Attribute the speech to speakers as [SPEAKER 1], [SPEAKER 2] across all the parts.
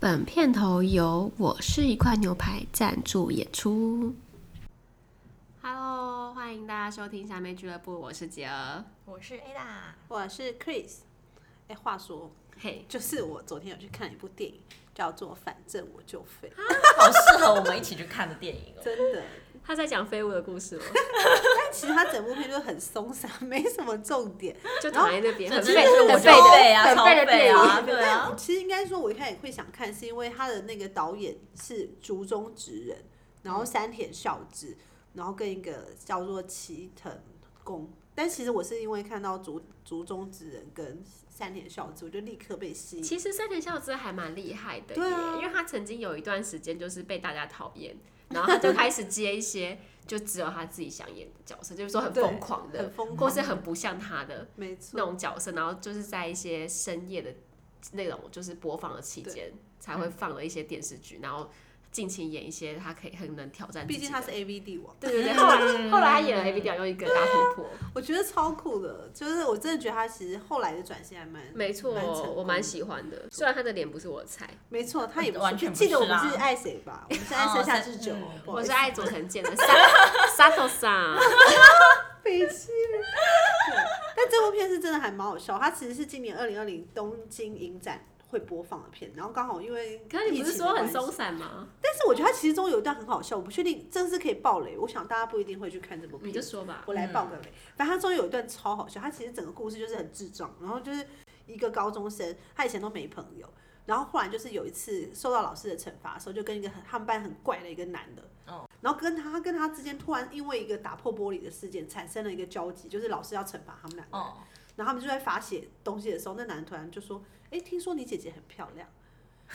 [SPEAKER 1] 本片头由《我是一块牛排》赞助演出。Hello，欢迎大家收听《虾妹俱乐部》，我是杰儿。
[SPEAKER 2] 我是 Ada，
[SPEAKER 3] 我是 Chris。哎，话说，
[SPEAKER 1] 嘿、
[SPEAKER 3] 就是我昨天有去看一部电影，叫做《反正我就废》，
[SPEAKER 2] 好适合我们一起去看的电影哦。
[SPEAKER 3] 真的。
[SPEAKER 1] 他在讲飞舞的故事 吗？
[SPEAKER 3] 但其实它整部片就是很松散， 没什么重点。
[SPEAKER 1] 就躺在那边，很
[SPEAKER 2] 真
[SPEAKER 1] 哦废，
[SPEAKER 2] 是我
[SPEAKER 1] 很
[SPEAKER 2] 就
[SPEAKER 1] 废的，
[SPEAKER 2] 废啊，
[SPEAKER 1] 很
[SPEAKER 2] 超
[SPEAKER 1] 废的
[SPEAKER 2] 废
[SPEAKER 1] 电
[SPEAKER 2] 啊，
[SPEAKER 1] 影。
[SPEAKER 2] 对啊。
[SPEAKER 3] 其实应该说，我一开始会想看，是因为他的那个导演是竹中直人，然后山田孝之，然后跟一个叫做齐藤公。但其实我是因为看到竹竹中直人跟山田孝之，我就立刻被吸引。
[SPEAKER 1] 其实山田孝之还蛮厉害的耶，
[SPEAKER 3] 对啊
[SPEAKER 1] 因为他曾经有一段时间就是被大家讨厌，然后他就开始接一些就只有他自己想演的角色，就是说很
[SPEAKER 3] 对
[SPEAKER 1] 疯狂
[SPEAKER 3] 很
[SPEAKER 1] 的，
[SPEAKER 3] 疯
[SPEAKER 1] 或
[SPEAKER 3] 狂，
[SPEAKER 1] 是很不像他的
[SPEAKER 3] 没
[SPEAKER 1] 那
[SPEAKER 3] 错，
[SPEAKER 1] 种角色，然后就是在一些深夜的那种就是播放的期间才会放了一些电视剧，然后尽情演一些他可以很能挑战自己的。
[SPEAKER 3] 毕竟他是 A V 帝王。
[SPEAKER 1] 对 对对，后来后来他演了 A B 调又一个大突破，
[SPEAKER 3] 我觉得超酷的，就是我真的觉得他其实后来的转型还蛮，
[SPEAKER 1] 没错，
[SPEAKER 3] 蛮成功
[SPEAKER 1] 我蛮喜欢的。虽然他的脸不是我的菜，
[SPEAKER 3] 没错，他也不
[SPEAKER 2] 完全不是
[SPEAKER 3] 记得我们
[SPEAKER 2] 啊
[SPEAKER 3] 是爱谁吧？我们是爱山下智久
[SPEAKER 2] 哦，
[SPEAKER 3] 不
[SPEAKER 1] 嗯
[SPEAKER 3] 好
[SPEAKER 1] 我
[SPEAKER 3] 意
[SPEAKER 1] 是
[SPEAKER 3] 思
[SPEAKER 1] 爱佐藤健的沙头桑。
[SPEAKER 3] 北七人。对，但这部片是真的还蛮好笑，它其实是今年二零二零东京影展会播放的片，然后刚好因为
[SPEAKER 1] 可是你不是说很松
[SPEAKER 3] 疫情的关系，
[SPEAKER 1] 散吗？
[SPEAKER 3] 但是我觉得它其实中有一段很好笑，我不确定这是可以爆雷，我想大家不一定会去看这部
[SPEAKER 1] 你
[SPEAKER 3] 片
[SPEAKER 1] 就。说吧。
[SPEAKER 3] 我来爆个雷，反正它中有一段超好笑，它其实整个故事就是很智障，然后就是一个高中生，他以前都没朋友，然后忽然就是有一次受到老师的惩罚的时候，就跟一个很他们班很怪的一个男的，
[SPEAKER 2] 哦
[SPEAKER 3] 然后跟他跟他之间突然因为一个打破玻璃的事件产生了一个交集，就是老师要惩罚他们两个人，
[SPEAKER 2] 哦，
[SPEAKER 3] 然后他们就在罚写东西的时候，那男的突然就说：“哎、听说你姐姐很漂亮。”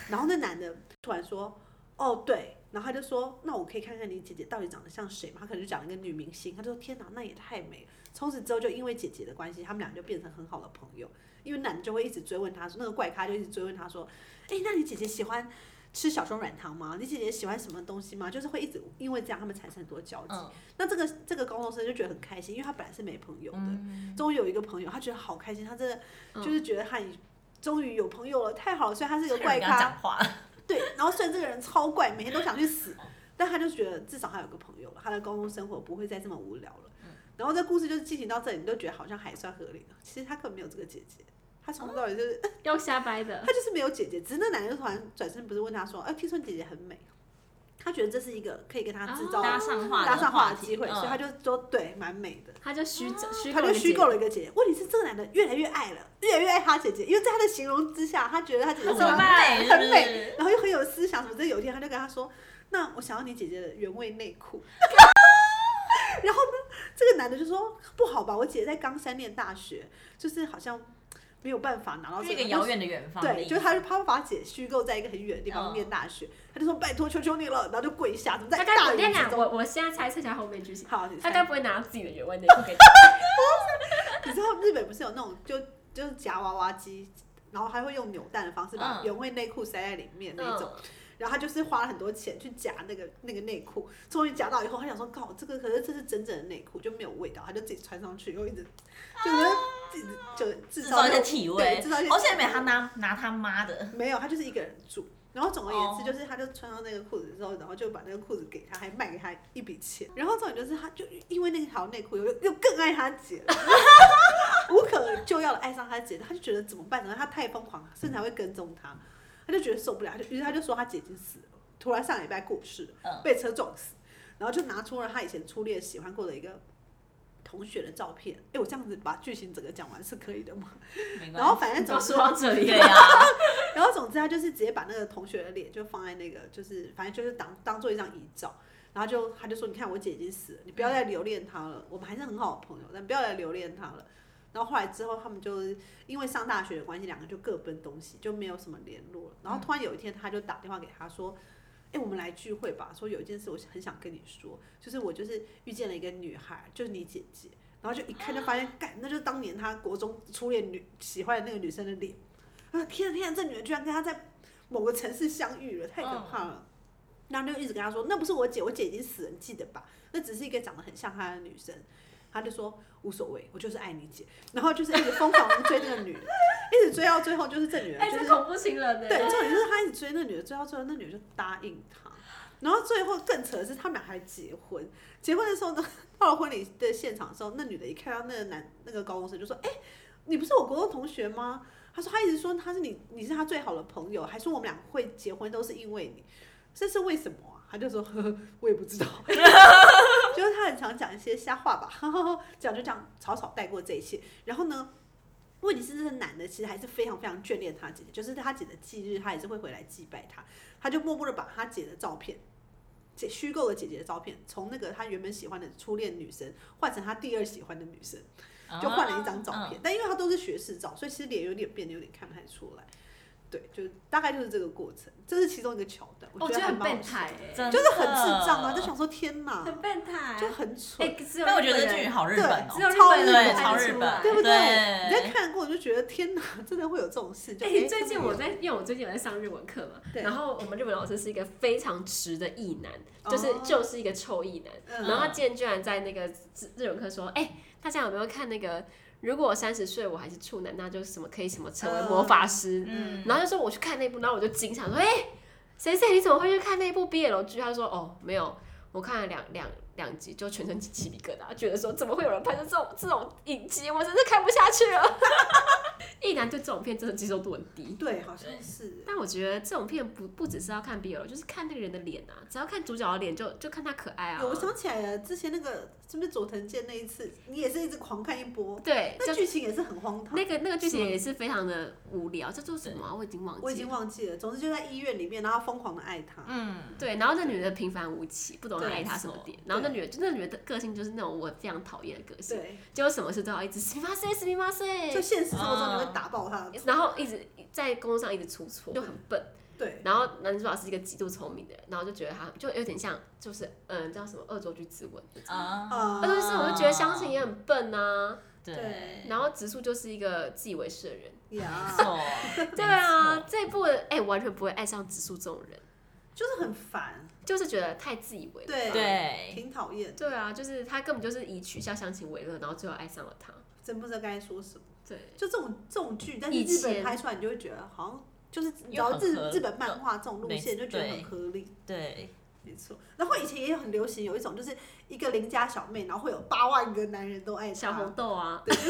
[SPEAKER 3] 然后那男的突然说：“哦，对。”然后他就说：“那我可以看看你姐姐到底长得像谁吗？”他可能就讲一个女明星，他就说：“天哪，那也太美了。”从此之后，就因为姐姐的关系，他们俩就变成很好的朋友。因为男的就会一直追问他说，那个怪咖就一直追问他说：“哎、那你姐姐喜欢吃小熊软糖吗？你姐姐喜欢什么东西吗？”就是会一直因为这样，他们产生很多交集。
[SPEAKER 2] 嗯
[SPEAKER 3] 那这个这个高中生就觉得很开心，因为他本来是没朋友的，终于有一个朋友，他觉得好开心，他真的
[SPEAKER 1] 嗯
[SPEAKER 3] 就是觉得他已终于有朋友了，太好了。虽然他是一个怪
[SPEAKER 2] 人家
[SPEAKER 3] 咖，
[SPEAKER 2] 讲话，
[SPEAKER 3] 对，然后虽然这个人超怪，每天都想去死，但他就觉得至少他有个朋友了，他的高中生活不会再这么无聊了。然后这故事就进行到这里，你都觉得好像还算合理了。其实他根本没有这个姐姐，他从头到尾就是
[SPEAKER 1] 用瞎掰的
[SPEAKER 3] 他。就是没有姐姐，只是那男的就突然转身，不是问他说：“哎、听说你姐姐很美。”他觉得这是一个可以跟他制造、
[SPEAKER 1] 哦搭
[SPEAKER 2] 上
[SPEAKER 3] 搭上话
[SPEAKER 2] 话嗯
[SPEAKER 3] 的机会，所以他就说：“对，蛮美的。
[SPEAKER 1] 他就虚假虚”
[SPEAKER 3] 他
[SPEAKER 1] 构
[SPEAKER 3] 就
[SPEAKER 1] 的
[SPEAKER 3] 虚构
[SPEAKER 1] 了。
[SPEAKER 3] 了一个姐姐。问题是，这个男的越来越爱了，越来越爱他姐姐，因为在他的形容之下，他觉得他姐姐是
[SPEAKER 1] 怎么
[SPEAKER 3] 他
[SPEAKER 1] 办
[SPEAKER 2] 美
[SPEAKER 3] 很美，，然后又很有思想什么之类。有一天，他就跟他说：“那我想要你姐姐的原味内裤。” 然后呢，这个男的就说：“不好吧，我姐姐在冈山念大学，就是好像没有办法拿到
[SPEAKER 2] 是
[SPEAKER 3] 这
[SPEAKER 2] 嗯一个
[SPEAKER 3] 个
[SPEAKER 2] 遥远的远方。
[SPEAKER 3] 对，就是他就他把姐虚构在一个很远的地方
[SPEAKER 2] 嗯
[SPEAKER 3] 念大学，他就说拜托求求你了，然后就跪下，怎么在
[SPEAKER 1] 大概
[SPEAKER 3] 大
[SPEAKER 1] 我
[SPEAKER 3] 雨
[SPEAKER 1] 跟你
[SPEAKER 3] 之
[SPEAKER 1] 讲，
[SPEAKER 3] 中？
[SPEAKER 1] 我我现在猜测一下后面剧情，
[SPEAKER 3] 好，你
[SPEAKER 1] 他
[SPEAKER 3] 猜
[SPEAKER 1] 该不会拿自己的原 味内裤给你？
[SPEAKER 3] 你知道日本不是有那种就就是夹娃娃机，然后还会用扭蛋的方式把
[SPEAKER 2] 嗯
[SPEAKER 3] 原味内裤塞在里面那种。然后他就是花了很多钱去夹那个那个内裤，终于夹到以后，他想说，靠，这个可是这是整整的内裤，就没有味道，他就自己穿上去，又一直就是自己就
[SPEAKER 2] 制
[SPEAKER 3] 制造
[SPEAKER 2] 造一些
[SPEAKER 3] 那种
[SPEAKER 2] 体
[SPEAKER 3] 对
[SPEAKER 2] 味
[SPEAKER 3] 制造一，些
[SPEAKER 2] 而且没
[SPEAKER 3] 体味
[SPEAKER 2] 他拿拿他妈的，
[SPEAKER 3] 没有，他就是一个人住。然后总而言
[SPEAKER 2] 哦
[SPEAKER 3] 之，就是他就穿上那个裤子之后，然后就把那个裤子给他，还卖给他一笔钱。然后重点就是，他就因为那条内裤，又又更爱他姐了， 无可救药的爱上他姐，他就觉得怎么办呢？他太疯狂了，甚至还会跟踪他，他就觉得受不了，他就于是他就说他姐已经死了，突然上礼拜过世
[SPEAKER 2] 嗯
[SPEAKER 3] 了，被车撞死，然后就拿出了他以前初恋喜欢过的一个同学的照片。哎，我这样子把剧情整个讲完是可以的吗？
[SPEAKER 2] 没关系
[SPEAKER 3] 然后反正
[SPEAKER 1] 都说
[SPEAKER 3] 总
[SPEAKER 1] 到这里
[SPEAKER 2] 对啊
[SPEAKER 1] 了，
[SPEAKER 2] 呀，
[SPEAKER 3] 然后总之他就是直接把那个同学的脸就放在那个，就是反正就是当当做一张遗照。然后就他就说：“你看我姐已经死了，你不要再留恋她了，我们还是很好的朋友，但不要再留恋她了。”然后后来之后，他们就是因为上大学的关系，两个就各奔东西，就没有什么联络了。然后突然有一天，他就打电话给他说：“哎、我们来聚会吧。”说有一件事我很想跟你说，就是我就是遇见了一个女孩，就是你姐姐。然后就一看就发现，干，那就是当年他国中初恋女喜欢的那个女生的脸。啊天啊天啊，这女的居然跟他在某个城市相遇了，太可怕了。然后就一直跟他说，那不是我姐，我姐已经死了，你记得吧？那只是一个长得很像她的女生。他就说无所谓，我就是爱你姐，然后就是一直疯狂地追这个女的，一直追到最后就是这女人
[SPEAKER 1] 哎，
[SPEAKER 3] 就
[SPEAKER 1] 这
[SPEAKER 3] 是
[SPEAKER 1] 恐怖情人呢？
[SPEAKER 3] 对，啊重点就是他一直追那女的，追到最后那女的就答应他，然后最后更扯的是他们俩还结婚。结婚的时候呢，到了婚礼的现场的时候，那女的一看到那个男那个高中生就说：“哎、你不是我国中同学吗？”他说：“他一直说他是你，你是他最好的朋友，还说我们俩会结婚都是因为你，这是为什么、啊？”他就说：“呵呵，我也不知道。” 就是他很常讲一些瞎话吧， 讲就这样草草带过这一切。然后呢，问题是，这个男的其实还是非常非常眷恋他姐姐，就是他姐的忌日，他也是会回来祭拜他。他就默默的把他姐的照片，姐虚构的姐姐的照片，从那个他原本喜欢的初恋女生换成他第二喜欢的女生， 就换了一张照
[SPEAKER 2] 啊
[SPEAKER 3] 片。但因为他都是学士照，所以其实脸有点变得有点看不太出来。对，就大概就是这个过程，这是其中一个桥段，
[SPEAKER 1] 我
[SPEAKER 3] 觉
[SPEAKER 1] 觉
[SPEAKER 3] 得
[SPEAKER 1] 得哦
[SPEAKER 3] 还
[SPEAKER 1] 很
[SPEAKER 3] 蛮
[SPEAKER 1] 变
[SPEAKER 3] 好笑
[SPEAKER 1] 态
[SPEAKER 3] 的，
[SPEAKER 1] 哎，
[SPEAKER 2] 嗯真的
[SPEAKER 3] 就是很智障啊！就想说天哪，
[SPEAKER 1] 很变态，
[SPEAKER 3] 就很蠢
[SPEAKER 1] 哎，。只有
[SPEAKER 2] 但我觉得
[SPEAKER 1] 日
[SPEAKER 2] 这
[SPEAKER 1] 本人
[SPEAKER 2] 剧好日本
[SPEAKER 1] 只
[SPEAKER 2] 哦，
[SPEAKER 1] 有
[SPEAKER 3] 超
[SPEAKER 1] 本
[SPEAKER 3] 日本
[SPEAKER 1] 人看
[SPEAKER 3] 对超
[SPEAKER 1] 得
[SPEAKER 2] 日
[SPEAKER 1] 出
[SPEAKER 2] 本
[SPEAKER 1] 来
[SPEAKER 3] 对不
[SPEAKER 2] 对
[SPEAKER 3] 你在看过，我就觉得天哪，真的会有这种事。就
[SPEAKER 1] 哎、
[SPEAKER 3] 哎
[SPEAKER 1] 最近
[SPEAKER 3] 真的
[SPEAKER 1] 我
[SPEAKER 3] 有
[SPEAKER 1] 在，因为我最近有在上日文课嘛，
[SPEAKER 3] 对
[SPEAKER 1] 然后我们日文老师是一个非常直的异男，就是、
[SPEAKER 3] 哦
[SPEAKER 1] 就是一个臭异男，
[SPEAKER 3] 嗯
[SPEAKER 1] 然后他今天居然在那个日日文课说，哎、大家有没有看那个？如果我三十岁我还是处男，那就什么可以什么成为魔法师，
[SPEAKER 2] 嗯，
[SPEAKER 1] 然后就说我去看那部，然后我就惊想说，哎、谁谁你怎么会去看那部 BL 剧？他说哦没有，我看了两两两集就全身起鸡皮疙瘩，觉得说怎么会有人拍出这种这种影集，我真是看不下去了。 一男对这种片真的接受度很低，
[SPEAKER 3] 对，好像是。
[SPEAKER 1] 但我觉得这种片不不只是要看 BL，就是看那个人的脸啊，只要看主角的脸就就看他可爱啊
[SPEAKER 3] 有，。我想起来了，之前那个是不是佐藤健那一次，你也是一直狂看一波，
[SPEAKER 1] 对，
[SPEAKER 3] 那
[SPEAKER 1] 就
[SPEAKER 3] 剧情也是很荒唐
[SPEAKER 1] 那。个那个剧情也是非常的无聊，叫做什么啊、我已经忘记了。
[SPEAKER 3] 我已经忘记了，总之就在医院里面，然后疯狂的爱他。
[SPEAKER 2] 嗯，
[SPEAKER 1] 对，然后那女的平凡无奇，不懂得
[SPEAKER 3] 对
[SPEAKER 1] 爱她什么点。然后那女的，就那女的个性就是那种我非常讨厌的个性，
[SPEAKER 3] 对，
[SPEAKER 1] 结果什么事都要一直死马塞死马塞
[SPEAKER 3] 就，现实生活中你会打爆他的头。
[SPEAKER 1] 然后一直在工作上一直出错，就很笨。
[SPEAKER 3] 对，
[SPEAKER 1] 然后男主角是一个极度聪明的人，然后就觉得他就有点像，就是嗯，叫什么恶作剧之吻。
[SPEAKER 2] 啊，
[SPEAKER 3] 啊
[SPEAKER 1] 恶作剧之吻，嗯我就觉得相信也很笨啊。
[SPEAKER 2] 对
[SPEAKER 3] 对，
[SPEAKER 1] 然后直树就是一个自以为是的人。
[SPEAKER 2] 没
[SPEAKER 3] 呀，
[SPEAKER 2] 错，
[SPEAKER 1] 对啊
[SPEAKER 2] 没，错，
[SPEAKER 1] 这一部的哎、完全不会爱上直树这种人，
[SPEAKER 3] 就是很烦，
[SPEAKER 1] 就是觉得太自以为了。
[SPEAKER 3] 对
[SPEAKER 2] 对，
[SPEAKER 3] 挺讨厌，
[SPEAKER 1] 对啊，就是他根本就是以取笑相亲为乐，然后最后爱上了他。
[SPEAKER 3] 真不知道该说什么。
[SPEAKER 1] 对，
[SPEAKER 3] 就这种这种剧，但是
[SPEAKER 1] 以
[SPEAKER 3] 日
[SPEAKER 1] 前
[SPEAKER 3] 本拍出来，你就会觉得好像就是，只
[SPEAKER 2] 又
[SPEAKER 3] 要
[SPEAKER 2] 很
[SPEAKER 3] 日
[SPEAKER 2] 合
[SPEAKER 3] 日本漫画这种路
[SPEAKER 2] 没
[SPEAKER 3] 线，就觉得
[SPEAKER 2] 对
[SPEAKER 3] 很合理。
[SPEAKER 2] 对，
[SPEAKER 3] 没错，然后以前也有很流行有一种就是一个邻家小妹，然后会有八万个男人都爱她，
[SPEAKER 1] 小红豆啊，
[SPEAKER 3] 对， 就是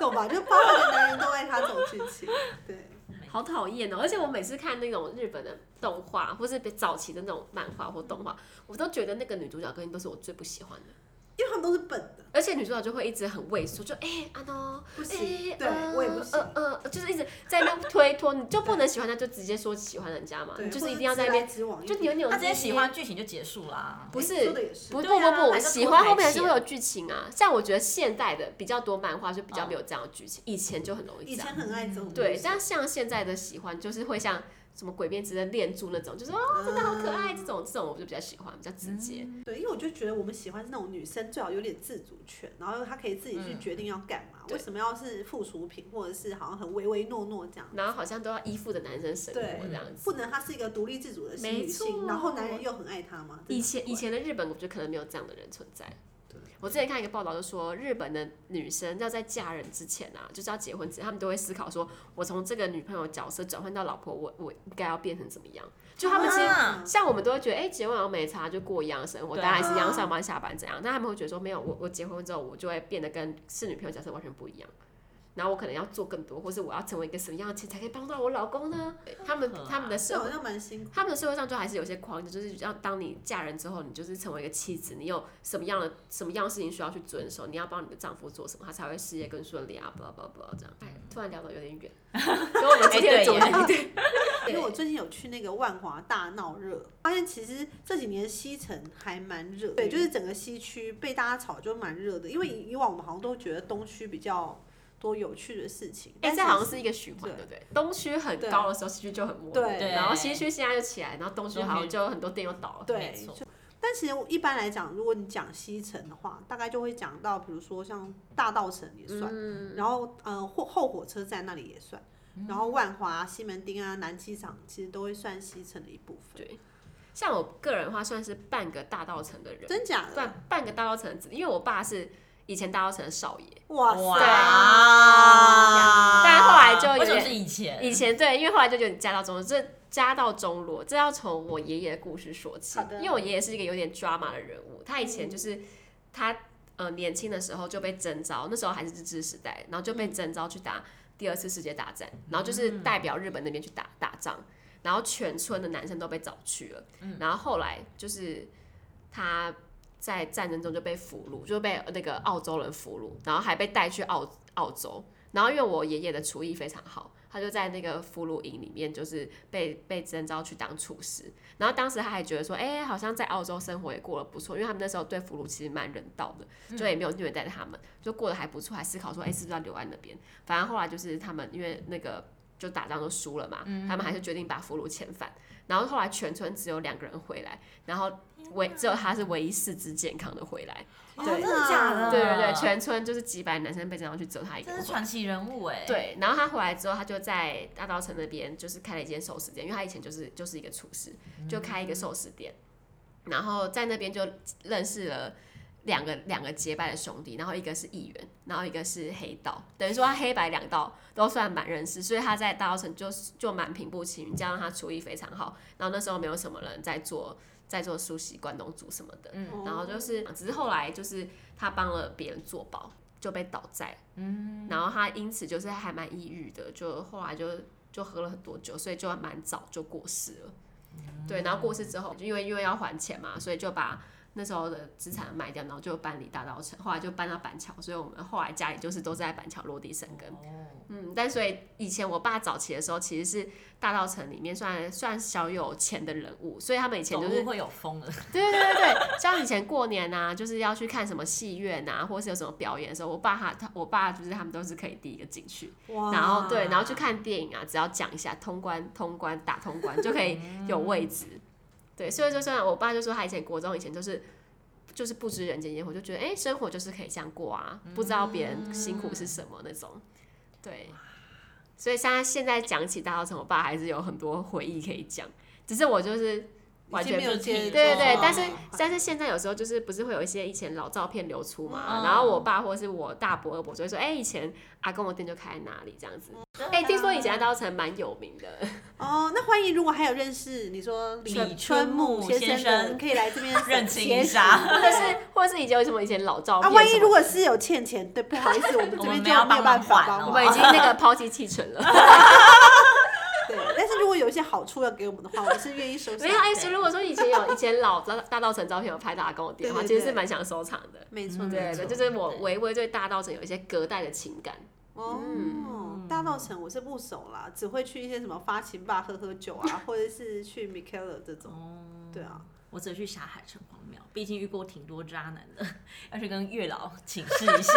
[SPEAKER 3] 懂吧？就是八万个男人都爱她这种剧情，对，
[SPEAKER 1] 好讨厌哦！而且我每次看那种日本的动画，或是比早期的那种漫画或动画，我都觉得那个女主角跟都是我最不喜欢的，
[SPEAKER 3] 因为他们都是笨的，
[SPEAKER 1] 而且女主角就会一直很畏缩，就哎阿诺，
[SPEAKER 3] 嗯不行，
[SPEAKER 1] 哎，
[SPEAKER 3] 对
[SPEAKER 1] 呃
[SPEAKER 3] 我也不行，
[SPEAKER 1] 呃呃，就是一直在那边推脱，你就不能喜欢他，就直接说喜欢人家嘛，
[SPEAKER 3] 对，
[SPEAKER 1] 你呃就是
[SPEAKER 3] 或
[SPEAKER 1] 一
[SPEAKER 3] 者
[SPEAKER 1] 定要在那边
[SPEAKER 3] 直来直往一
[SPEAKER 1] 就
[SPEAKER 3] 点，
[SPEAKER 1] 扭扭捏捏。
[SPEAKER 2] 他直接喜欢剧情就结束啦，
[SPEAKER 1] 不
[SPEAKER 3] 哎说
[SPEAKER 1] 是
[SPEAKER 3] 的也是
[SPEAKER 1] 不，不
[SPEAKER 2] 对啊
[SPEAKER 1] 不不，
[SPEAKER 2] 还是
[SPEAKER 1] 喜
[SPEAKER 2] 拖
[SPEAKER 1] 欢
[SPEAKER 2] 台
[SPEAKER 1] 后面还是
[SPEAKER 2] 线
[SPEAKER 1] 会有剧情啊。像我觉得现代的比较多漫画就比较没有这样的剧情，以前就很容易
[SPEAKER 3] 以
[SPEAKER 1] 这样
[SPEAKER 3] 前。很爱这种，
[SPEAKER 1] 嗯对，但像现在的喜欢就是会像什么鬼变之刃恋柱那种，就是哦真的好可爱这种，这种我就比较喜欢，比较直接。
[SPEAKER 3] 对，因为我就觉得我们喜欢是那种女生最好有点自主权，然后她可以自己
[SPEAKER 1] 嗯
[SPEAKER 3] 去决定要干嘛，
[SPEAKER 1] 对
[SPEAKER 3] 为什么要是附属品，或者是好像很唯唯诺诺这样。
[SPEAKER 1] 然后好像都要依附着男生生活
[SPEAKER 3] 对
[SPEAKER 1] 这样子。
[SPEAKER 3] 不能，她是一个独立自主的
[SPEAKER 1] 没
[SPEAKER 3] 女性，
[SPEAKER 1] 错
[SPEAKER 3] 然后男人又很爱她吗？
[SPEAKER 1] 以前以
[SPEAKER 3] 前。
[SPEAKER 1] 前的日本，我觉得可能没有这样的人存在
[SPEAKER 3] 对。
[SPEAKER 1] 我之前看一个报道，就说日本的女生要在嫁人之前啊，就是要结婚之前，她们都会思考说，我从这个女朋友角色转换到老婆，我我应该要变成怎么样？就她们其实
[SPEAKER 2] 啊
[SPEAKER 1] 像我们都会觉得，哎、结婚好像没差，就过一样的生活，
[SPEAKER 2] 对
[SPEAKER 1] 大
[SPEAKER 2] 啊
[SPEAKER 1] 家还是一样上班下班怎样？但他们会觉得说，没有，我我结婚之后，我就会变得跟是女朋友角色完全不一样。然后我可能要做更多，或是我要成为一个什么样的人才可以帮到我老公呢？
[SPEAKER 2] 嗯
[SPEAKER 1] 他们他们的
[SPEAKER 3] 这
[SPEAKER 1] 社
[SPEAKER 3] 好
[SPEAKER 1] 会，
[SPEAKER 3] 像蛮辛苦，
[SPEAKER 1] 他们的社会上就还是有些框架，就是要当你嫁人之后，你就是成为一个妻子，你有什么样的什么样的事情需要去遵守，你要帮你的丈夫做什么，他才会事业更顺利啊，不不不这样。哎，突然聊到有点 远，跟我们今天的主
[SPEAKER 2] 哎
[SPEAKER 1] 题
[SPEAKER 3] 因
[SPEAKER 1] 对
[SPEAKER 3] 为我最近有去那个万华大闹热，发现其实这几年西城还蛮热，对，就是整个西区被大家炒就蛮热的，因为以以往我们好像都觉得东区比较多有趣的事情，
[SPEAKER 1] 哎、
[SPEAKER 3] 但
[SPEAKER 1] 这
[SPEAKER 3] 其
[SPEAKER 1] 好像
[SPEAKER 3] 实
[SPEAKER 1] 是一个循环，
[SPEAKER 3] 对
[SPEAKER 1] 对不对？东区很
[SPEAKER 3] 对
[SPEAKER 1] 高的时候，西区就很没落，
[SPEAKER 3] 对
[SPEAKER 2] 对
[SPEAKER 1] 然后西区现在又起来，然后东区
[SPEAKER 2] 就
[SPEAKER 1] 好
[SPEAKER 2] 没
[SPEAKER 1] 像就有很多店又倒了。
[SPEAKER 3] 对
[SPEAKER 2] 没，错
[SPEAKER 3] 就但其实我一般来讲，如果你讲西城的话，大概就会讲到，比如说像大道城也算，
[SPEAKER 1] 嗯
[SPEAKER 3] 然后呃后后火车站那里也算，然后万华、西门町啊、南机场其实都会算西城的一部分，
[SPEAKER 1] 像我个人的话，算是半个大道城的人，
[SPEAKER 3] 真假的？
[SPEAKER 1] 算半个大道城的子，因为我爸是以前大稻城的少爷，
[SPEAKER 3] 哇
[SPEAKER 1] 对
[SPEAKER 2] 哇！
[SPEAKER 1] 但后来就有
[SPEAKER 2] 为什么
[SPEAKER 1] 点
[SPEAKER 2] 是以前？
[SPEAKER 1] 以前对，因为后来就有点加到中，这加到中罗，这要从我爷爷的故事说起
[SPEAKER 3] 好。的嗯
[SPEAKER 1] 因为我爷爷是一个有点 drama 的人物，他以前就是、他呃年轻的时候就被征召，那时候还是日治时代，然后就被
[SPEAKER 3] 嗯
[SPEAKER 1] 征召去打第二次世界大战，然后就是代表日本那边去打打仗，然后全村的男生都被找去了，
[SPEAKER 3] 嗯
[SPEAKER 1] 然后后来就是他。在战争中就被俘虏，就被那个澳洲人俘虏，然后还被带去澳澳洲，然后因为我爷爷的厨艺非常好，他就在那个俘虏营里面，就是被被征召去当厨师。然后当时他还觉得说，哎、好像在澳洲生活也过得不错，因为他们那时候对俘虏其实蛮人道的，就也没有虐待他们，就过得还不错，还思考说，哎、是不是要留在那边？反正后来就是他们因为那个就打仗都输了嘛，他们还是决定把俘虏遣返。然后后来全村只有两个人回来，然后唯只有他是唯一四肢健康的回来。
[SPEAKER 2] 哦
[SPEAKER 1] 对
[SPEAKER 2] 真的假的？
[SPEAKER 1] 对对对，全村就是几百男生被征召去，只有他一个
[SPEAKER 2] 这
[SPEAKER 1] 人
[SPEAKER 2] 是
[SPEAKER 1] 回来
[SPEAKER 2] 传奇人物哎。，
[SPEAKER 1] 对，然后他回来之后，他就在大稻城那边就是开了一间寿司店，因为他以前就是就是一个厨师，就开一个寿司店，然后在那边就认识了。两个两个结拜的兄弟，然后一个是议员，然后一个是黑道，等于说他黑白两道都算蛮认识，所以他在大稻城就是就蛮平步青云，加上他厨艺非常好，然后那时候没有什么人在做在做苏西关东煮什么的，
[SPEAKER 3] 哦
[SPEAKER 1] 嗯然后就是，呃只是后来就是他帮了别人做保，就被倒债，嗯，然后他因此就是还蛮抑郁的，就后来就就喝了很多酒，所以就蛮早就过世了，对，然后过世之后，就因为因为要还钱嘛，所以就把那时候的资产卖掉，然后就搬离大稻城，后来就搬到板桥，所以我们后来家里就是都在板桥落地生
[SPEAKER 2] 哦
[SPEAKER 1] 根，嗯，但所以以前我爸早期的时候其实是大稻城里面算算小有钱的人物，所以他们以前
[SPEAKER 2] 走
[SPEAKER 1] 就是
[SPEAKER 2] 路会有风的。
[SPEAKER 1] 对对对对对，像以前过年啊，就是要去看什么戏院啊，或是有什么表演的时候，我爸他他我爸就是他们都是可以第一个进去，
[SPEAKER 3] 哇
[SPEAKER 1] 然后对，然后去看电影啊，只要讲一下通关通关打通关 就可以有位置。对，所以就算我爸就说他以前国中以前就是就是不知人间烟火，就觉得哎、诶生活就是可以这样过啊，不知道别人辛苦是什么那种。对，所以像他现在讲起大稻城，我爸还是有很多回忆可以讲，只是我就是完
[SPEAKER 3] 已经
[SPEAKER 1] 全
[SPEAKER 3] 没有
[SPEAKER 2] 不
[SPEAKER 3] 接
[SPEAKER 2] 提
[SPEAKER 3] 触
[SPEAKER 1] 对对对
[SPEAKER 3] 了，哦
[SPEAKER 1] 但是但是现在有时候就是不是会有一些以前老照片流出嘛，
[SPEAKER 2] 嗯
[SPEAKER 1] 然后我爸或是我大伯二伯就会说，哎、以前阿公的店就开在哪里这样子。哎、听说以前大稻城蛮有名的，
[SPEAKER 3] 哦，那欢迎如果还有认识你说
[SPEAKER 2] 李
[SPEAKER 3] 春
[SPEAKER 2] 春
[SPEAKER 3] 木
[SPEAKER 2] 木
[SPEAKER 3] 先
[SPEAKER 2] 先
[SPEAKER 3] 的，
[SPEAKER 2] 生
[SPEAKER 3] 可以来这边
[SPEAKER 2] 认清一
[SPEAKER 3] 结识
[SPEAKER 2] 下
[SPEAKER 1] 或者 是或者是以前有什么以前老照
[SPEAKER 3] 啊，
[SPEAKER 1] 片什么的。
[SPEAKER 3] 万一如果是有欠钱， 对，不好意思，我们这
[SPEAKER 2] 我们
[SPEAKER 3] 边
[SPEAKER 2] 没
[SPEAKER 3] 就
[SPEAKER 2] 有
[SPEAKER 3] 没有
[SPEAKER 2] 帮
[SPEAKER 3] 办
[SPEAKER 2] 忙
[SPEAKER 3] 法
[SPEAKER 2] 还
[SPEAKER 3] 帮
[SPEAKER 2] 哦
[SPEAKER 1] 我
[SPEAKER 3] 忙
[SPEAKER 1] 们已 经那个抛弃弃存了，
[SPEAKER 3] 对，但是如果有一些好处要给我们的话，我们是愿意收 下
[SPEAKER 1] 没有。
[SPEAKER 3] 的。
[SPEAKER 1] 哎、如果说以前有以前老大大稻城照片有拍到阿公的店的话，
[SPEAKER 3] 对对
[SPEAKER 1] 其实
[SPEAKER 3] 对
[SPEAKER 1] 是蛮想收藏的。
[SPEAKER 3] 没错，
[SPEAKER 2] 嗯
[SPEAKER 1] 对
[SPEAKER 3] 没
[SPEAKER 1] 对，
[SPEAKER 3] 错。
[SPEAKER 1] 就是我微微对大稻城有一些隔代的情感。嗯
[SPEAKER 3] 哦，大稻城我是不熟啦，只会去一些什么发情吧喝喝 酒啊，或者是去 Michaela 这种。对啊，
[SPEAKER 2] 哦我只有去霞海城隍庙，毕竟遇过挺多渣男的， 要去跟月老请示 一下。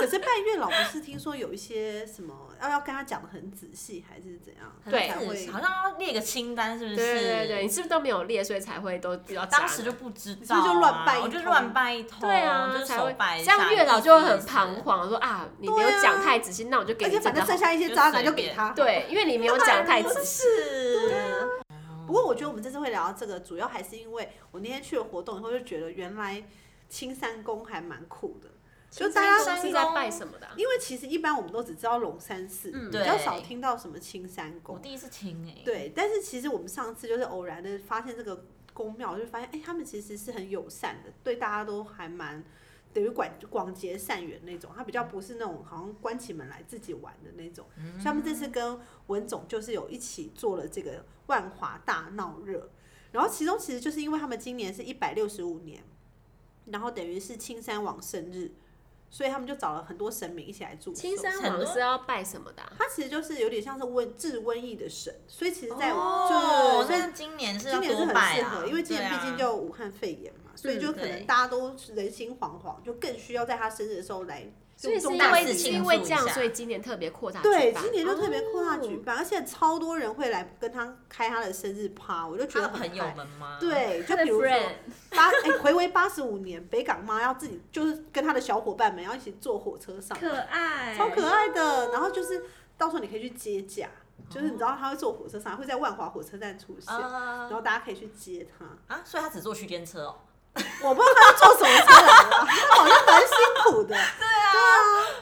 [SPEAKER 3] 可是拜月老不是听说有一些什么要要跟他讲的很仔细，还是怎样？
[SPEAKER 1] 对
[SPEAKER 3] 才会
[SPEAKER 2] 是好像要列个清单，是不是？
[SPEAKER 1] 对对对，你是不是都没有列，所以才会都比较渣
[SPEAKER 2] 当
[SPEAKER 1] 男
[SPEAKER 2] 时就不知
[SPEAKER 3] 你是
[SPEAKER 2] 道、
[SPEAKER 3] 不是
[SPEAKER 2] 啊，
[SPEAKER 3] 就乱拜一
[SPEAKER 2] 我就
[SPEAKER 3] 通
[SPEAKER 2] 乱拜一通，
[SPEAKER 1] 对啊，
[SPEAKER 2] 哦就是
[SPEAKER 1] 才
[SPEAKER 2] 手
[SPEAKER 1] 会
[SPEAKER 2] 拜一
[SPEAKER 1] 这
[SPEAKER 2] 下
[SPEAKER 1] 样月老就会
[SPEAKER 2] 意思意
[SPEAKER 1] 很
[SPEAKER 2] 思
[SPEAKER 1] 彷徨，说啊，你没有
[SPEAKER 3] 对啊
[SPEAKER 1] 讲太仔细，那我就给
[SPEAKER 3] 而
[SPEAKER 1] 你
[SPEAKER 3] 且
[SPEAKER 1] 整
[SPEAKER 3] 啊反
[SPEAKER 1] 个
[SPEAKER 3] 正
[SPEAKER 1] 好
[SPEAKER 3] 剩。下一些渣男
[SPEAKER 2] 就随
[SPEAKER 3] 就
[SPEAKER 2] 便
[SPEAKER 3] 给他。
[SPEAKER 1] 对，因为你没有讲太仔 细。
[SPEAKER 3] 啊
[SPEAKER 2] 是，
[SPEAKER 3] 不过我觉得我们这次会聊到这个，主要还是因为我那天去了活动以后，就觉得原来青山宫还蛮酷的。就大家
[SPEAKER 1] 是在拜什么的啊？
[SPEAKER 3] 因为其实一般我们都只知道龙山寺，比较
[SPEAKER 2] 对
[SPEAKER 3] 少听到什么青山
[SPEAKER 2] 我
[SPEAKER 3] 宫。
[SPEAKER 2] 第一次听哎、欸，
[SPEAKER 3] 对，但是其实我们上次就是偶然的发现这个宫庙，就发现哎、他们其实是很友善的，对大家都还蛮等于广广结善缘那种。他比较不是那种好像关起门来自己玩的那种。所以他们这
[SPEAKER 1] 嗯
[SPEAKER 3] 次跟文总就是有一起做了这个万华大闹热，然后其中其实就是因为他们今年是一百六十五年，然后等于是青山王生日，所以他们就找了很多神明一起来祝寿。
[SPEAKER 1] 青山王是要拜什么的啊？
[SPEAKER 3] 它其实就是有点像是瘟治瘟疫的神，所以其实在
[SPEAKER 2] 哦，
[SPEAKER 3] 就是
[SPEAKER 2] 那今年是
[SPEAKER 3] 今
[SPEAKER 2] 要
[SPEAKER 3] 年是
[SPEAKER 2] 多
[SPEAKER 3] 很
[SPEAKER 2] 拜
[SPEAKER 3] 适
[SPEAKER 2] 啊，
[SPEAKER 3] 合，因为今年
[SPEAKER 2] 对啊
[SPEAKER 3] 毕竟就武汉肺炎嘛，所以就可能
[SPEAKER 2] 对
[SPEAKER 3] 大家都人心惶惶，就更需要在他生日的时候来
[SPEAKER 1] 所以是
[SPEAKER 3] 重
[SPEAKER 1] 因
[SPEAKER 3] 大
[SPEAKER 2] 大
[SPEAKER 1] 为
[SPEAKER 2] 事
[SPEAKER 1] 是
[SPEAKER 2] 情
[SPEAKER 1] 因为
[SPEAKER 2] 庆祝
[SPEAKER 1] 这
[SPEAKER 2] 一
[SPEAKER 1] 样，
[SPEAKER 2] 下
[SPEAKER 1] 所以今年特别扩大举办。
[SPEAKER 3] 对，今年就特别扩大举
[SPEAKER 1] 哦。
[SPEAKER 3] 办，而且超多人会来跟他开他的生日趴，我就觉
[SPEAKER 2] 他
[SPEAKER 3] 得
[SPEAKER 2] 的
[SPEAKER 3] 很
[SPEAKER 2] 朋友
[SPEAKER 3] 嗨
[SPEAKER 2] 们吗？，
[SPEAKER 3] 对，就
[SPEAKER 1] 他的
[SPEAKER 3] 比如说
[SPEAKER 1] friend
[SPEAKER 3] 八哎，回违八十五年，北港妈要自己就是跟他的小伙伴们要一起坐火车上，
[SPEAKER 2] 可爱，
[SPEAKER 3] 超可爱的。然后就是到时候你可以去接驾，就是你知道他会坐火车上，会在万华火车站出现，
[SPEAKER 2] 啊
[SPEAKER 3] 然后大家可以去接他。
[SPEAKER 2] 啊！所以他只坐区间车哦，
[SPEAKER 3] 我不知道他做什么出来的啊，他好像蛮辛苦的。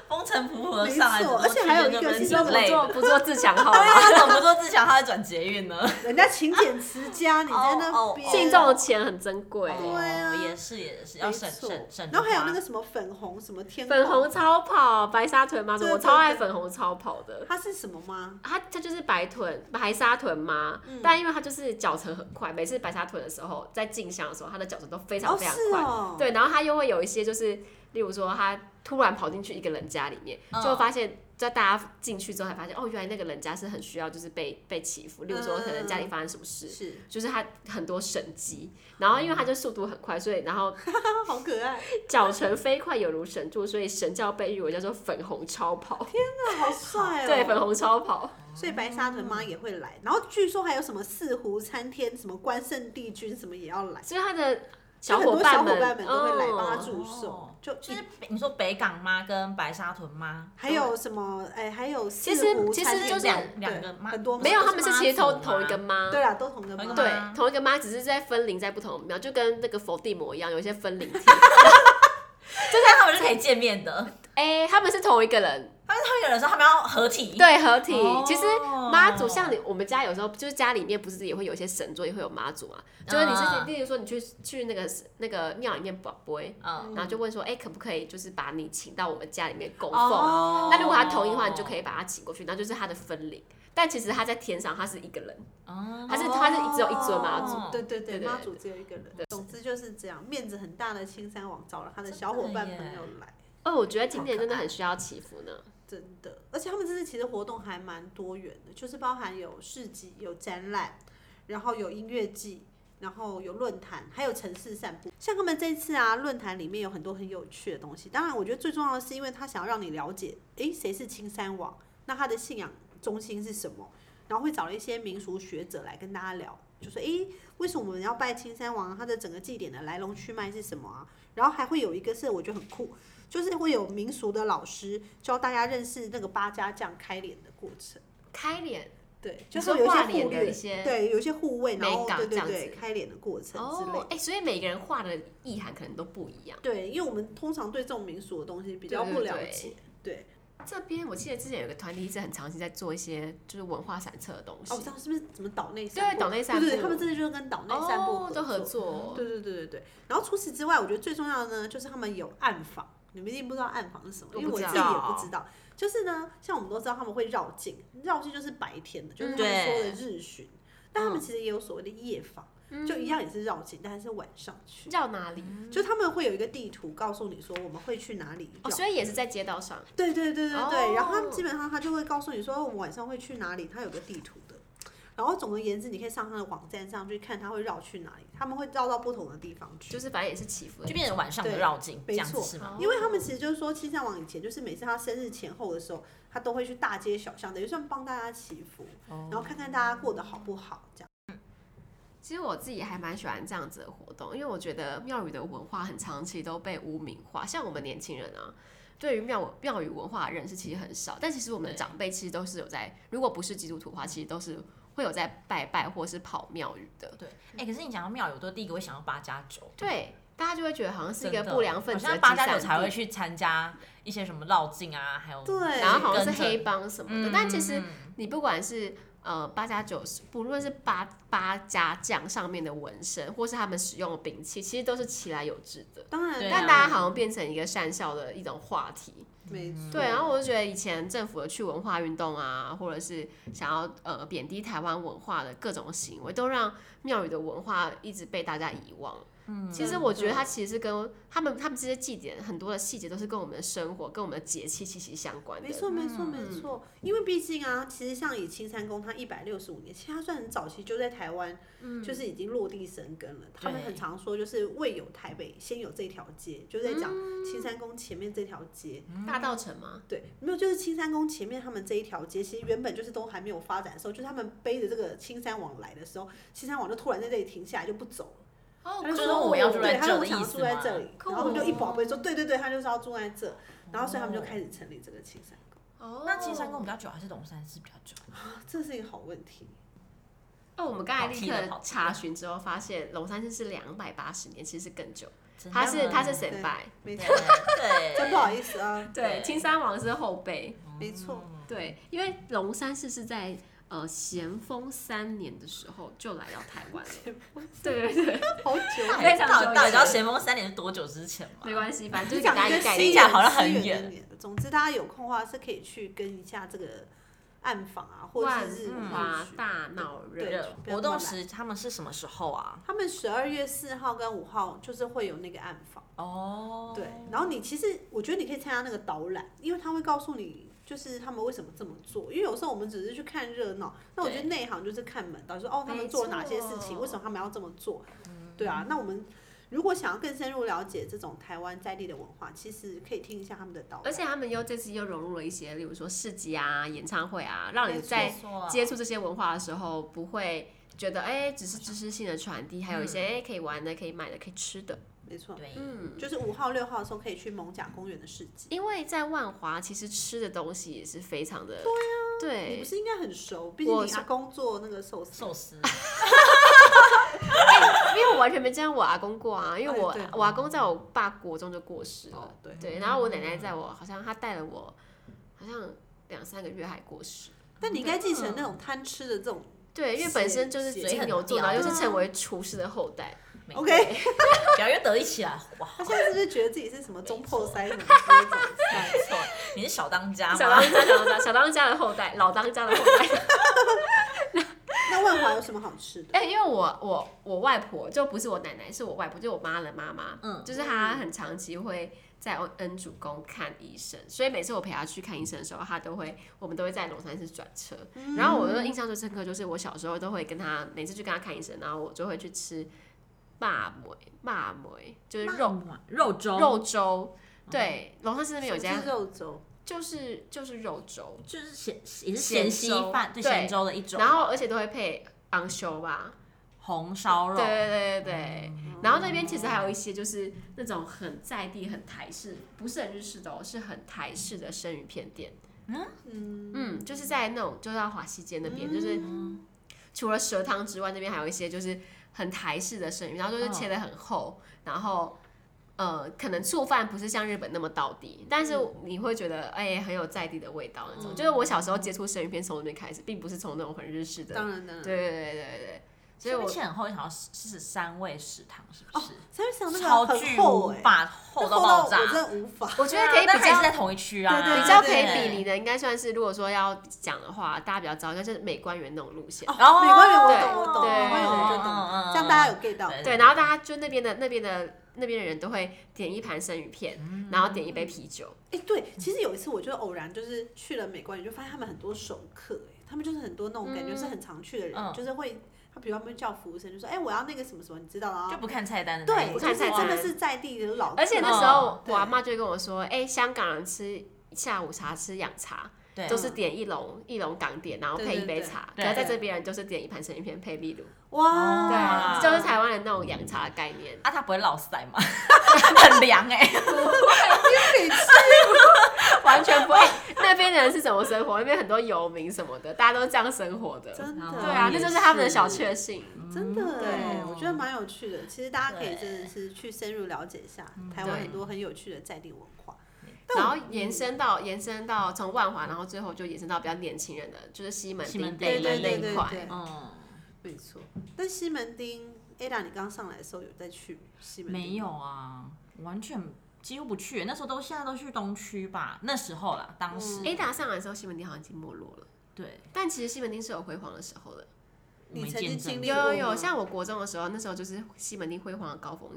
[SPEAKER 2] 风尘仆仆的上来，
[SPEAKER 3] 没错
[SPEAKER 2] 怎么去
[SPEAKER 3] 而且还有一
[SPEAKER 2] 那
[SPEAKER 3] 个
[SPEAKER 2] 边
[SPEAKER 3] 是
[SPEAKER 2] 之
[SPEAKER 1] 那
[SPEAKER 3] 说
[SPEAKER 1] 不
[SPEAKER 2] 类
[SPEAKER 1] 做
[SPEAKER 2] 的。
[SPEAKER 1] 不做自强号
[SPEAKER 2] 对
[SPEAKER 1] 吗？
[SPEAKER 2] 啊，他怎么做自强，他在转捷运呢？
[SPEAKER 3] 人家勤俭持家，你在那边
[SPEAKER 2] 哦
[SPEAKER 1] 信众的钱很珍贵，
[SPEAKER 3] 对啊
[SPEAKER 2] 哦也是也是要
[SPEAKER 3] 没
[SPEAKER 2] 省
[SPEAKER 3] 错
[SPEAKER 2] 省省着花。
[SPEAKER 3] 然后还有那个什么粉红什么天
[SPEAKER 1] 粉
[SPEAKER 3] 后
[SPEAKER 1] 红，超跑、白沙屯妈祖，
[SPEAKER 3] 对
[SPEAKER 1] 我
[SPEAKER 3] 对
[SPEAKER 1] 超爱
[SPEAKER 3] 对
[SPEAKER 1] 粉红超跑的。
[SPEAKER 3] 它是什么吗？
[SPEAKER 1] 它它就是白臀白沙臀妈，
[SPEAKER 3] 嗯
[SPEAKER 1] 但因为它就是脚程很快，每次白沙臀的时候，在进香的时候，它的脚程都非常
[SPEAKER 3] 哦，
[SPEAKER 1] 非常
[SPEAKER 3] 是
[SPEAKER 1] 快。
[SPEAKER 3] 哦，
[SPEAKER 1] 对，然后他又会有一些，就是例如说，他突然跑进去一个人家里面，
[SPEAKER 2] 嗯
[SPEAKER 1] 就会发现，在大家进去之后才发现，哦，原来那个人家是很需要就是被被欺负，例如说可能家里
[SPEAKER 3] 嗯
[SPEAKER 1] 发生什么事。
[SPEAKER 3] 是，
[SPEAKER 1] 就是他很多神机，
[SPEAKER 3] 嗯
[SPEAKER 1] 然后因为他就速度很快，所以然后
[SPEAKER 3] 啊，好可爱，
[SPEAKER 1] 脚程飞快有如神助，所以神教被誉为叫做粉红超跑，
[SPEAKER 3] 那好帅哦。
[SPEAKER 1] 对，粉红超跑，
[SPEAKER 3] 所以白沙屯妈也会来，然后据说还有什么四湖参天、什么关圣帝君什么也要来，
[SPEAKER 1] 所以他的
[SPEAKER 3] 就很
[SPEAKER 1] 伙
[SPEAKER 3] 多小
[SPEAKER 1] 们，
[SPEAKER 3] 伙伴们都会来帮他
[SPEAKER 1] 哦
[SPEAKER 3] 祝寿
[SPEAKER 2] 哦，
[SPEAKER 3] 就
[SPEAKER 2] 就
[SPEAKER 3] 一
[SPEAKER 2] 是北你说北港妈跟白沙屯妈，
[SPEAKER 3] 还有什么？哎，还有
[SPEAKER 1] 其实
[SPEAKER 3] 四湖
[SPEAKER 1] 其实
[SPEAKER 3] 参
[SPEAKER 1] 就是
[SPEAKER 3] 天对
[SPEAKER 2] 两个妈
[SPEAKER 3] 很多
[SPEAKER 1] 没有，他们是其实
[SPEAKER 2] 都
[SPEAKER 1] 同
[SPEAKER 2] 是妈祖
[SPEAKER 1] 同一个妈，
[SPEAKER 3] 对啦，啊都同个
[SPEAKER 2] 同一
[SPEAKER 3] 妈
[SPEAKER 2] 个
[SPEAKER 3] 妈。
[SPEAKER 1] 对
[SPEAKER 2] 妈，
[SPEAKER 1] 同一个妈，只是在分灵在不同的庙，就跟那个佛地魔一样，有一些分灵体。
[SPEAKER 2] 就是他们是可以见面的。
[SPEAKER 1] 哎、他们是同一个人，
[SPEAKER 2] 他们会有人说他们要合体，
[SPEAKER 1] 对，合体。
[SPEAKER 2] 哦
[SPEAKER 1] 其实妈祖像你，我们家有时候就是家里面不是也会有一些神桌，也会有妈祖嘛。就是你是、
[SPEAKER 2] 啊
[SPEAKER 1] 例如说你去去那个那个庙里面宝贝，
[SPEAKER 2] 嗯，
[SPEAKER 1] 然后就问说，哎、可不可以就是把你请到我们家里面供奉？
[SPEAKER 2] 哦
[SPEAKER 1] 那如果他同意的话，你就可
[SPEAKER 2] 以，
[SPEAKER 1] 以把他请过去，那就是他的分灵。但其实他在天上，他是一个人，
[SPEAKER 2] 哦
[SPEAKER 1] 他是他是只有一尊妈祖。
[SPEAKER 2] 哦
[SPEAKER 3] 对对
[SPEAKER 1] 对
[SPEAKER 3] 对，
[SPEAKER 1] 对
[SPEAKER 3] 妈祖只有一个人
[SPEAKER 1] 对。
[SPEAKER 3] 总之就是这样，面子很大的青山王找了他的小伙伴
[SPEAKER 2] 真的
[SPEAKER 3] 朋
[SPEAKER 2] 耶
[SPEAKER 3] 友来，
[SPEAKER 1] 哦，我觉得今年真的很需要祈福呢。
[SPEAKER 3] 真的。而且他们这次其实活动还蛮多元的，就是包含有市集、有展览，然后有音乐季。然后有论坛，还有城市散步。像他们这次啊，论坛里面有很多很有趣的东西。当然，我觉得最重要的是，因为他想要让你了解，诶，谁是青山王，那他的信仰中心是什么，然后会找了一些民俗学者来跟大家聊，就说，诶，为什么我们要拜青山王啊？他的整个祭典的来龙去脉是什么啊？然后还会有一个是我觉得很酷，就是会有民俗的老师教大家认识那个八家将开脸的过程。
[SPEAKER 1] 开脸。
[SPEAKER 3] 对，
[SPEAKER 1] 你
[SPEAKER 3] 就
[SPEAKER 1] 说
[SPEAKER 3] 是有一些
[SPEAKER 1] 挂脸
[SPEAKER 3] 护
[SPEAKER 1] 的
[SPEAKER 3] 略
[SPEAKER 1] 一，些
[SPEAKER 3] 对，有一些护卫，然
[SPEAKER 1] 美
[SPEAKER 3] 后
[SPEAKER 1] 感
[SPEAKER 3] 对对
[SPEAKER 1] 这样
[SPEAKER 3] 对，
[SPEAKER 1] 子
[SPEAKER 3] 开脸的过程之类的
[SPEAKER 1] 哦，哎、所以每个人画的意涵可能都不一样。
[SPEAKER 3] 对，因为我们通常对这种民俗的东西比较
[SPEAKER 1] 对
[SPEAKER 3] 不
[SPEAKER 1] 对
[SPEAKER 3] 了
[SPEAKER 1] 对
[SPEAKER 3] 解。对，
[SPEAKER 1] 这边我记得之前有个团体一直很长期在做一些就是文化散策的东西，
[SPEAKER 3] 哦，我知道是不是怎么岛内
[SPEAKER 1] 对
[SPEAKER 3] 散步？
[SPEAKER 1] 岛内散
[SPEAKER 3] 对对，
[SPEAKER 1] 步
[SPEAKER 3] 他们真的就是跟岛内散步
[SPEAKER 1] 哦都合
[SPEAKER 3] 作。
[SPEAKER 1] 作，
[SPEAKER 3] 对对对对对。然后除此之外，我觉得最重要的呢，就是他们有暗访。你们一定不知道暗访是什么，
[SPEAKER 1] 我
[SPEAKER 3] 因为
[SPEAKER 1] 不
[SPEAKER 3] 我
[SPEAKER 1] 知
[SPEAKER 3] 自己也
[SPEAKER 2] 道
[SPEAKER 3] 不知道。就是呢，像我们都知道他们会绕境，绕境就是白天的，就是他
[SPEAKER 1] 嗯
[SPEAKER 3] 们
[SPEAKER 2] 对
[SPEAKER 3] 说的日巡。但他们其实也有所谓的夜访，
[SPEAKER 1] 嗯
[SPEAKER 3] 就一样也是绕境，但是晚上去。
[SPEAKER 1] 绕哪里？
[SPEAKER 3] 就他们会有一个地图告诉你说我们会去哪里
[SPEAKER 1] 哦，
[SPEAKER 3] 绕
[SPEAKER 1] 所以也是在街道上，
[SPEAKER 3] 对对对对对，
[SPEAKER 1] 哦
[SPEAKER 3] 然后他们基本上他就会告诉你说我们晚上会去哪里，他有个地图的。然后总而言之，你可以上他的网站上去看他会绕去哪里，他们会绕到不同的地方去
[SPEAKER 1] 就。是反正也是祈福的
[SPEAKER 2] 哦就变成晚上的绕境，这
[SPEAKER 3] 对
[SPEAKER 2] 样子是吗？
[SPEAKER 1] 没错
[SPEAKER 3] 因为他们其实就是说，七上王以前就是每次他生日前后的时候，他都会去大街小巷，等于算帮大家祈福，
[SPEAKER 2] 哦
[SPEAKER 3] 然后看看大家过得好不好这样。
[SPEAKER 1] 其实我自己还蛮喜欢这样子的活动，因为我觉得庙宇的文化很长期都被污名化，像我们年轻人啊，对于庙庙宇文化的认识其实很少，但其实我们的
[SPEAKER 2] 对
[SPEAKER 1] 长辈其实都是有在，如果不是基督徒的话，其实都是会有在拜拜或是跑庙宇的，
[SPEAKER 2] 对，哎，可是你讲到庙宇，我都第一个会想到八加 九。
[SPEAKER 1] 对，大家就会觉得好像是一
[SPEAKER 2] 真
[SPEAKER 1] 个
[SPEAKER 2] 的
[SPEAKER 1] 不良分子
[SPEAKER 2] 好
[SPEAKER 1] 的
[SPEAKER 2] 像八加
[SPEAKER 1] 集
[SPEAKER 2] 九
[SPEAKER 1] 散
[SPEAKER 2] 才
[SPEAKER 1] 地
[SPEAKER 2] 会去参加一些什么绕境啊，还有
[SPEAKER 3] 对
[SPEAKER 1] 然后好像
[SPEAKER 2] 跟
[SPEAKER 1] 是
[SPEAKER 2] 着嗯
[SPEAKER 1] 黑帮什么的。但其实你不管是呃八加九，不论是八八家将上面的纹身，或是他们使用的兵器，其实都是其来有志的。
[SPEAKER 3] 当然，
[SPEAKER 2] 对啊
[SPEAKER 1] 但大家好像变成一个善笑的一种话题，
[SPEAKER 3] 没错。
[SPEAKER 1] 对。然
[SPEAKER 2] 啊
[SPEAKER 1] 后我就觉得以前政府的去文化运动啊，或者是想要呃贬低台湾文化的各种行为，都让庙宇的文化一直被大家遗忘。嗯，其实我觉得它其实是跟他们他们这些祭典很多的细节都是跟我们的生活、跟我们的节气息息相关的。
[SPEAKER 3] 没错，没错，没
[SPEAKER 2] 嗯
[SPEAKER 3] 错。因为毕竟啊，其实像以青山宫，它一百六十五年，其实它算很早期就在台湾，就是已经落地生根了。他们
[SPEAKER 2] 嗯对
[SPEAKER 3] 很常说，就是未有台北，先有这条街，就是在讲
[SPEAKER 2] 嗯
[SPEAKER 3] 青山宫前面这条街。
[SPEAKER 1] 大道城吗？
[SPEAKER 3] 对，没有，就是青山宫前面他们这一条街，其实原本就是都还没有发展的时候，就是他们背着这个青山往来的时候，青山往就突然在这里停下来就不走了。
[SPEAKER 1] 哦
[SPEAKER 3] 他
[SPEAKER 2] 就
[SPEAKER 3] 就
[SPEAKER 2] 是
[SPEAKER 3] 说
[SPEAKER 2] 我们要
[SPEAKER 3] 对
[SPEAKER 2] 住在
[SPEAKER 3] 他
[SPEAKER 2] 这
[SPEAKER 3] 说我
[SPEAKER 2] 的
[SPEAKER 3] 想
[SPEAKER 2] 意
[SPEAKER 3] 要
[SPEAKER 2] 思
[SPEAKER 3] 住在
[SPEAKER 2] 吗
[SPEAKER 3] 这里，然后他们就一宝贝说，对对对，他就是要住在这，然后所以他们就
[SPEAKER 2] 哦
[SPEAKER 3] 开始成立这个青山宫。
[SPEAKER 1] 哦
[SPEAKER 2] 啊 那青山宫比较久还是龙山寺比较久？
[SPEAKER 3] 这是一个好问题。
[SPEAKER 1] 哦，我们刚才立
[SPEAKER 2] 跑题了
[SPEAKER 1] 刻
[SPEAKER 2] 跑题了
[SPEAKER 1] 查询之后发现，龙山寺是两百八十年，其实是更久。
[SPEAKER 2] 真的
[SPEAKER 1] 他是他是
[SPEAKER 2] 吗
[SPEAKER 1] 神拜，
[SPEAKER 3] 没
[SPEAKER 2] 对
[SPEAKER 3] 错，
[SPEAKER 2] 对，
[SPEAKER 3] 真不好意思啊，
[SPEAKER 1] 对，青山王是后辈。
[SPEAKER 3] 没
[SPEAKER 2] 哦
[SPEAKER 3] 错，
[SPEAKER 1] 对，因为龙山寺是在呃咸丰三年的时候就来到台湾了。对对对，
[SPEAKER 3] 好久
[SPEAKER 2] 到
[SPEAKER 1] 哎非
[SPEAKER 2] 底。
[SPEAKER 1] 常
[SPEAKER 2] 到
[SPEAKER 1] 久
[SPEAKER 2] 底到底
[SPEAKER 1] 以
[SPEAKER 2] 知道
[SPEAKER 1] 前
[SPEAKER 2] 咸丰三年是多久之前吗？
[SPEAKER 1] 没关系，反正就是给
[SPEAKER 3] 讲
[SPEAKER 1] 大
[SPEAKER 3] 一
[SPEAKER 1] 家
[SPEAKER 3] 个
[SPEAKER 1] 一个概
[SPEAKER 3] 西
[SPEAKER 1] 念。
[SPEAKER 2] 讲好像
[SPEAKER 3] 资
[SPEAKER 2] 很
[SPEAKER 3] 源
[SPEAKER 2] 远
[SPEAKER 3] 的年。总之，大家有空的话是可以去跟一下这个暗访啊，或者
[SPEAKER 1] 万
[SPEAKER 3] 是日
[SPEAKER 2] 嗯啊
[SPEAKER 1] 华
[SPEAKER 3] 剧
[SPEAKER 1] 大闹
[SPEAKER 3] 对
[SPEAKER 1] 热，
[SPEAKER 3] 不要
[SPEAKER 2] 活动
[SPEAKER 3] 乱来
[SPEAKER 2] 时他们是什么时候啊？
[SPEAKER 3] 他们十二月四号跟五号就是会有那个暗访，
[SPEAKER 2] 哦，
[SPEAKER 3] 对。然后你其实我觉得你可以参加那个导览，因为他会告诉你就是他们为什么这么做。因为有时候我们只是去看热闹，那我觉得内行就是看门道，说哦他们做了哪些事
[SPEAKER 1] 没
[SPEAKER 3] 情，
[SPEAKER 1] 错嗯
[SPEAKER 3] 为什么他们要这么做，对啊。那我们如果想要更深入了解这种台湾在地的文化，其实可以听一下他们的导
[SPEAKER 1] 而
[SPEAKER 3] 览。
[SPEAKER 1] 且他们又这次又融入了一些，例如说市集啊、演唱会啊，让你
[SPEAKER 3] 没错
[SPEAKER 1] 在接
[SPEAKER 2] 触
[SPEAKER 1] 触这些文化的时候不会。觉得哎、只是知识性的传递，还有一
[SPEAKER 3] 嗯
[SPEAKER 1] 些哎、可以玩的、可以买的、可以吃的。
[SPEAKER 3] 没错，
[SPEAKER 2] 对，
[SPEAKER 1] 嗯，
[SPEAKER 3] 就是五号六号的时候可以去蒙甲公园的市集。
[SPEAKER 1] 因为在万华其实吃的东西也是非常的，对啊，
[SPEAKER 3] 你不
[SPEAKER 1] 对，
[SPEAKER 3] 是应该很熟，毕
[SPEAKER 1] 我
[SPEAKER 3] 竟你
[SPEAKER 1] 是
[SPEAKER 3] 阿公做那个寿司，
[SPEAKER 2] 寿司，
[SPEAKER 1] 因为我完全没见过我阿公过啊，因为我
[SPEAKER 3] 哎对
[SPEAKER 1] 我阿公在我爸国中就过世了
[SPEAKER 3] 哦，对
[SPEAKER 1] 对，然后我奶奶在我好像她带了我，好像两三个月还过世，
[SPEAKER 3] 但你应该继承
[SPEAKER 1] 嗯
[SPEAKER 3] 那种贪吃的这种。
[SPEAKER 1] 对，因为本身就是
[SPEAKER 2] 是
[SPEAKER 1] 金牛座，
[SPEAKER 2] 是很
[SPEAKER 1] 然
[SPEAKER 2] 屌
[SPEAKER 3] 啊
[SPEAKER 1] 后又是成 为厨师的后代，
[SPEAKER 2] 没错
[SPEAKER 3] OK，
[SPEAKER 2] 表越得意起来，哇，
[SPEAKER 3] 他现在是不是觉得自己是什么中破塞什么之类的？
[SPEAKER 2] 没错，你是小当家
[SPEAKER 1] 小
[SPEAKER 2] 吗
[SPEAKER 1] 当？家、小当家、小当家的后代，老当家的后代。
[SPEAKER 3] 那万华有什么好吃的？
[SPEAKER 1] 哎、因为我我我外婆就不是我奶奶，是我外婆，就我妈的妈妈，
[SPEAKER 2] 嗯
[SPEAKER 1] 就是她很长期会在恩主公看医生，所以每次我陪她去看医生的时候，她都会，我们都会在龙山寺转车。 然后我就印象最深刻，就是我小时候都会跟她，每次去跟她看医生，然后我就会去吃骂梅骂梅，就是肉
[SPEAKER 2] 肉粥，
[SPEAKER 1] 肉粥。对，龙山寺那边有一家
[SPEAKER 3] 是，肉粥，
[SPEAKER 1] 就是就是肉粥，
[SPEAKER 2] 就是咸也是咸稀饭，
[SPEAKER 1] 咸粥对
[SPEAKER 2] 对咸粥的一种，
[SPEAKER 1] 然后而且都会配昂修吧，
[SPEAKER 2] 红烧哦肉
[SPEAKER 1] 对，对对对、然后那边其实还有一些就是那种很在地、很台式，不是很日式的哦，是很台式的生鱼片店。
[SPEAKER 3] 嗯，
[SPEAKER 1] 嗯，就是在那种就在华西街那边、就是
[SPEAKER 2] 嗯
[SPEAKER 1] 除了蛇汤之外，那边还有一些就是很台式的生鱼，然后就是切的
[SPEAKER 2] 嗯
[SPEAKER 1] 很厚，然后。呃，可能醋饭不是像日本那么到底，但是
[SPEAKER 2] 嗯
[SPEAKER 1] 你会觉得哎、很有在地的味道那种。就是我小时候接触生鱼片从那边开始，并不是从那种很日式的。
[SPEAKER 3] 当然当然。
[SPEAKER 1] 对对对对对，所以
[SPEAKER 2] 所以
[SPEAKER 1] 我
[SPEAKER 2] 我很厚一条是是三味食堂，是不
[SPEAKER 3] 哦
[SPEAKER 2] 是？，
[SPEAKER 3] 三味堂那
[SPEAKER 2] 超
[SPEAKER 3] 个
[SPEAKER 2] 巨
[SPEAKER 3] 很
[SPEAKER 2] 无
[SPEAKER 3] 厚哎，
[SPEAKER 2] 法
[SPEAKER 3] 那
[SPEAKER 2] 厚
[SPEAKER 3] 厚
[SPEAKER 2] 爆
[SPEAKER 3] 到
[SPEAKER 2] 炸
[SPEAKER 3] 我，真的无法。
[SPEAKER 1] 我觉得可以
[SPEAKER 2] 啊但
[SPEAKER 1] 比
[SPEAKER 2] 还
[SPEAKER 1] 较
[SPEAKER 2] 是在同一区啊，
[SPEAKER 3] 对对
[SPEAKER 1] 比较可
[SPEAKER 3] 对
[SPEAKER 1] 以比拟的，应该算是如果说要讲的话，大家比较知道，就是美观园那种路线。
[SPEAKER 3] 哦
[SPEAKER 2] 哦
[SPEAKER 3] 美观园我懂，我懂，
[SPEAKER 1] 对
[SPEAKER 3] 美观园我就
[SPEAKER 2] 嗯
[SPEAKER 3] 懂
[SPEAKER 2] 嗯嗯
[SPEAKER 3] 了，这样大家有 get 到。
[SPEAKER 2] 对
[SPEAKER 1] 对，然后大家就那边的那边的那边的人都会点一盘生鱼片，然后点一杯啤酒。
[SPEAKER 2] 嗯
[SPEAKER 3] 哎，对，其实有一次我就偶然就是去了美观园，就发现他们很多熟客，哎，他们就是很多那种感觉是很常去的人，
[SPEAKER 2] 嗯
[SPEAKER 3] 就是会，他比如他们叫服务生就说，哎，我要那个什么什么，你知道
[SPEAKER 2] 就
[SPEAKER 3] 啊？
[SPEAKER 2] 不看菜单的那
[SPEAKER 3] 对，
[SPEAKER 2] 一
[SPEAKER 1] 不
[SPEAKER 2] 种，
[SPEAKER 1] 看
[SPEAKER 3] 就是
[SPEAKER 1] 菜单
[SPEAKER 3] 真的是在地的老客，
[SPEAKER 1] 而且那时
[SPEAKER 2] 哦
[SPEAKER 1] 候我
[SPEAKER 3] 对
[SPEAKER 1] 阿妈就会跟我说：“哎，香港人吃下午茶吃洋茶，
[SPEAKER 2] 对
[SPEAKER 1] 都是点一笼一笼港点，然后配一杯茶。
[SPEAKER 2] 对对对
[SPEAKER 1] 然后在
[SPEAKER 3] 对
[SPEAKER 1] 这边人就是点一盘生鱼片配秘鲁，
[SPEAKER 3] 哇，
[SPEAKER 2] 啊
[SPEAKER 1] 对，就是台湾人那种洋茶的概念。
[SPEAKER 2] 啊，它不会落腮吗？ 很凉哎、
[SPEAKER 1] 完全不会。那边的人是怎么生活？那边很多游民什么的，大家都这样生活的。
[SPEAKER 3] 真的，
[SPEAKER 1] 对啊，
[SPEAKER 2] 也
[SPEAKER 1] 那就是
[SPEAKER 2] 是
[SPEAKER 1] 他们的小确幸。
[SPEAKER 3] 真的哎，
[SPEAKER 2] 对
[SPEAKER 3] 我觉得蛮有趣的。其实大家可以
[SPEAKER 2] 对
[SPEAKER 3] 真的是去深入了解一下台湾很多很有趣的在地文化。
[SPEAKER 1] 然后延伸到延伸到从万华，然后最后就延伸到比较年轻人的，就是西门
[SPEAKER 2] 西
[SPEAKER 1] 町
[SPEAKER 2] 门
[SPEAKER 1] 北
[SPEAKER 2] 町
[SPEAKER 1] 门那
[SPEAKER 3] 对
[SPEAKER 1] 一
[SPEAKER 3] 对
[SPEAKER 1] 块
[SPEAKER 3] 对。
[SPEAKER 2] 嗯，
[SPEAKER 3] 没错，但西门町，Ada，你刚上来的时候有再去西门町？
[SPEAKER 2] 没有啊，完全几乎不去。欸那时候都现在都去东区吧，那时候啦，当
[SPEAKER 3] 嗯
[SPEAKER 2] 时、
[SPEAKER 1] A 达上来的时候，西门町好像已经没落了，
[SPEAKER 2] 对，
[SPEAKER 1] 但其实西门町是有辉煌的时候的。
[SPEAKER 2] 我
[SPEAKER 3] 你
[SPEAKER 2] 没
[SPEAKER 3] 曾经
[SPEAKER 2] 见
[SPEAKER 3] 经
[SPEAKER 2] 证
[SPEAKER 3] 历
[SPEAKER 1] 有
[SPEAKER 3] 过
[SPEAKER 1] 有
[SPEAKER 3] 吗
[SPEAKER 1] 有，像我国中的时候，那时候就是西门町辉煌的高峰，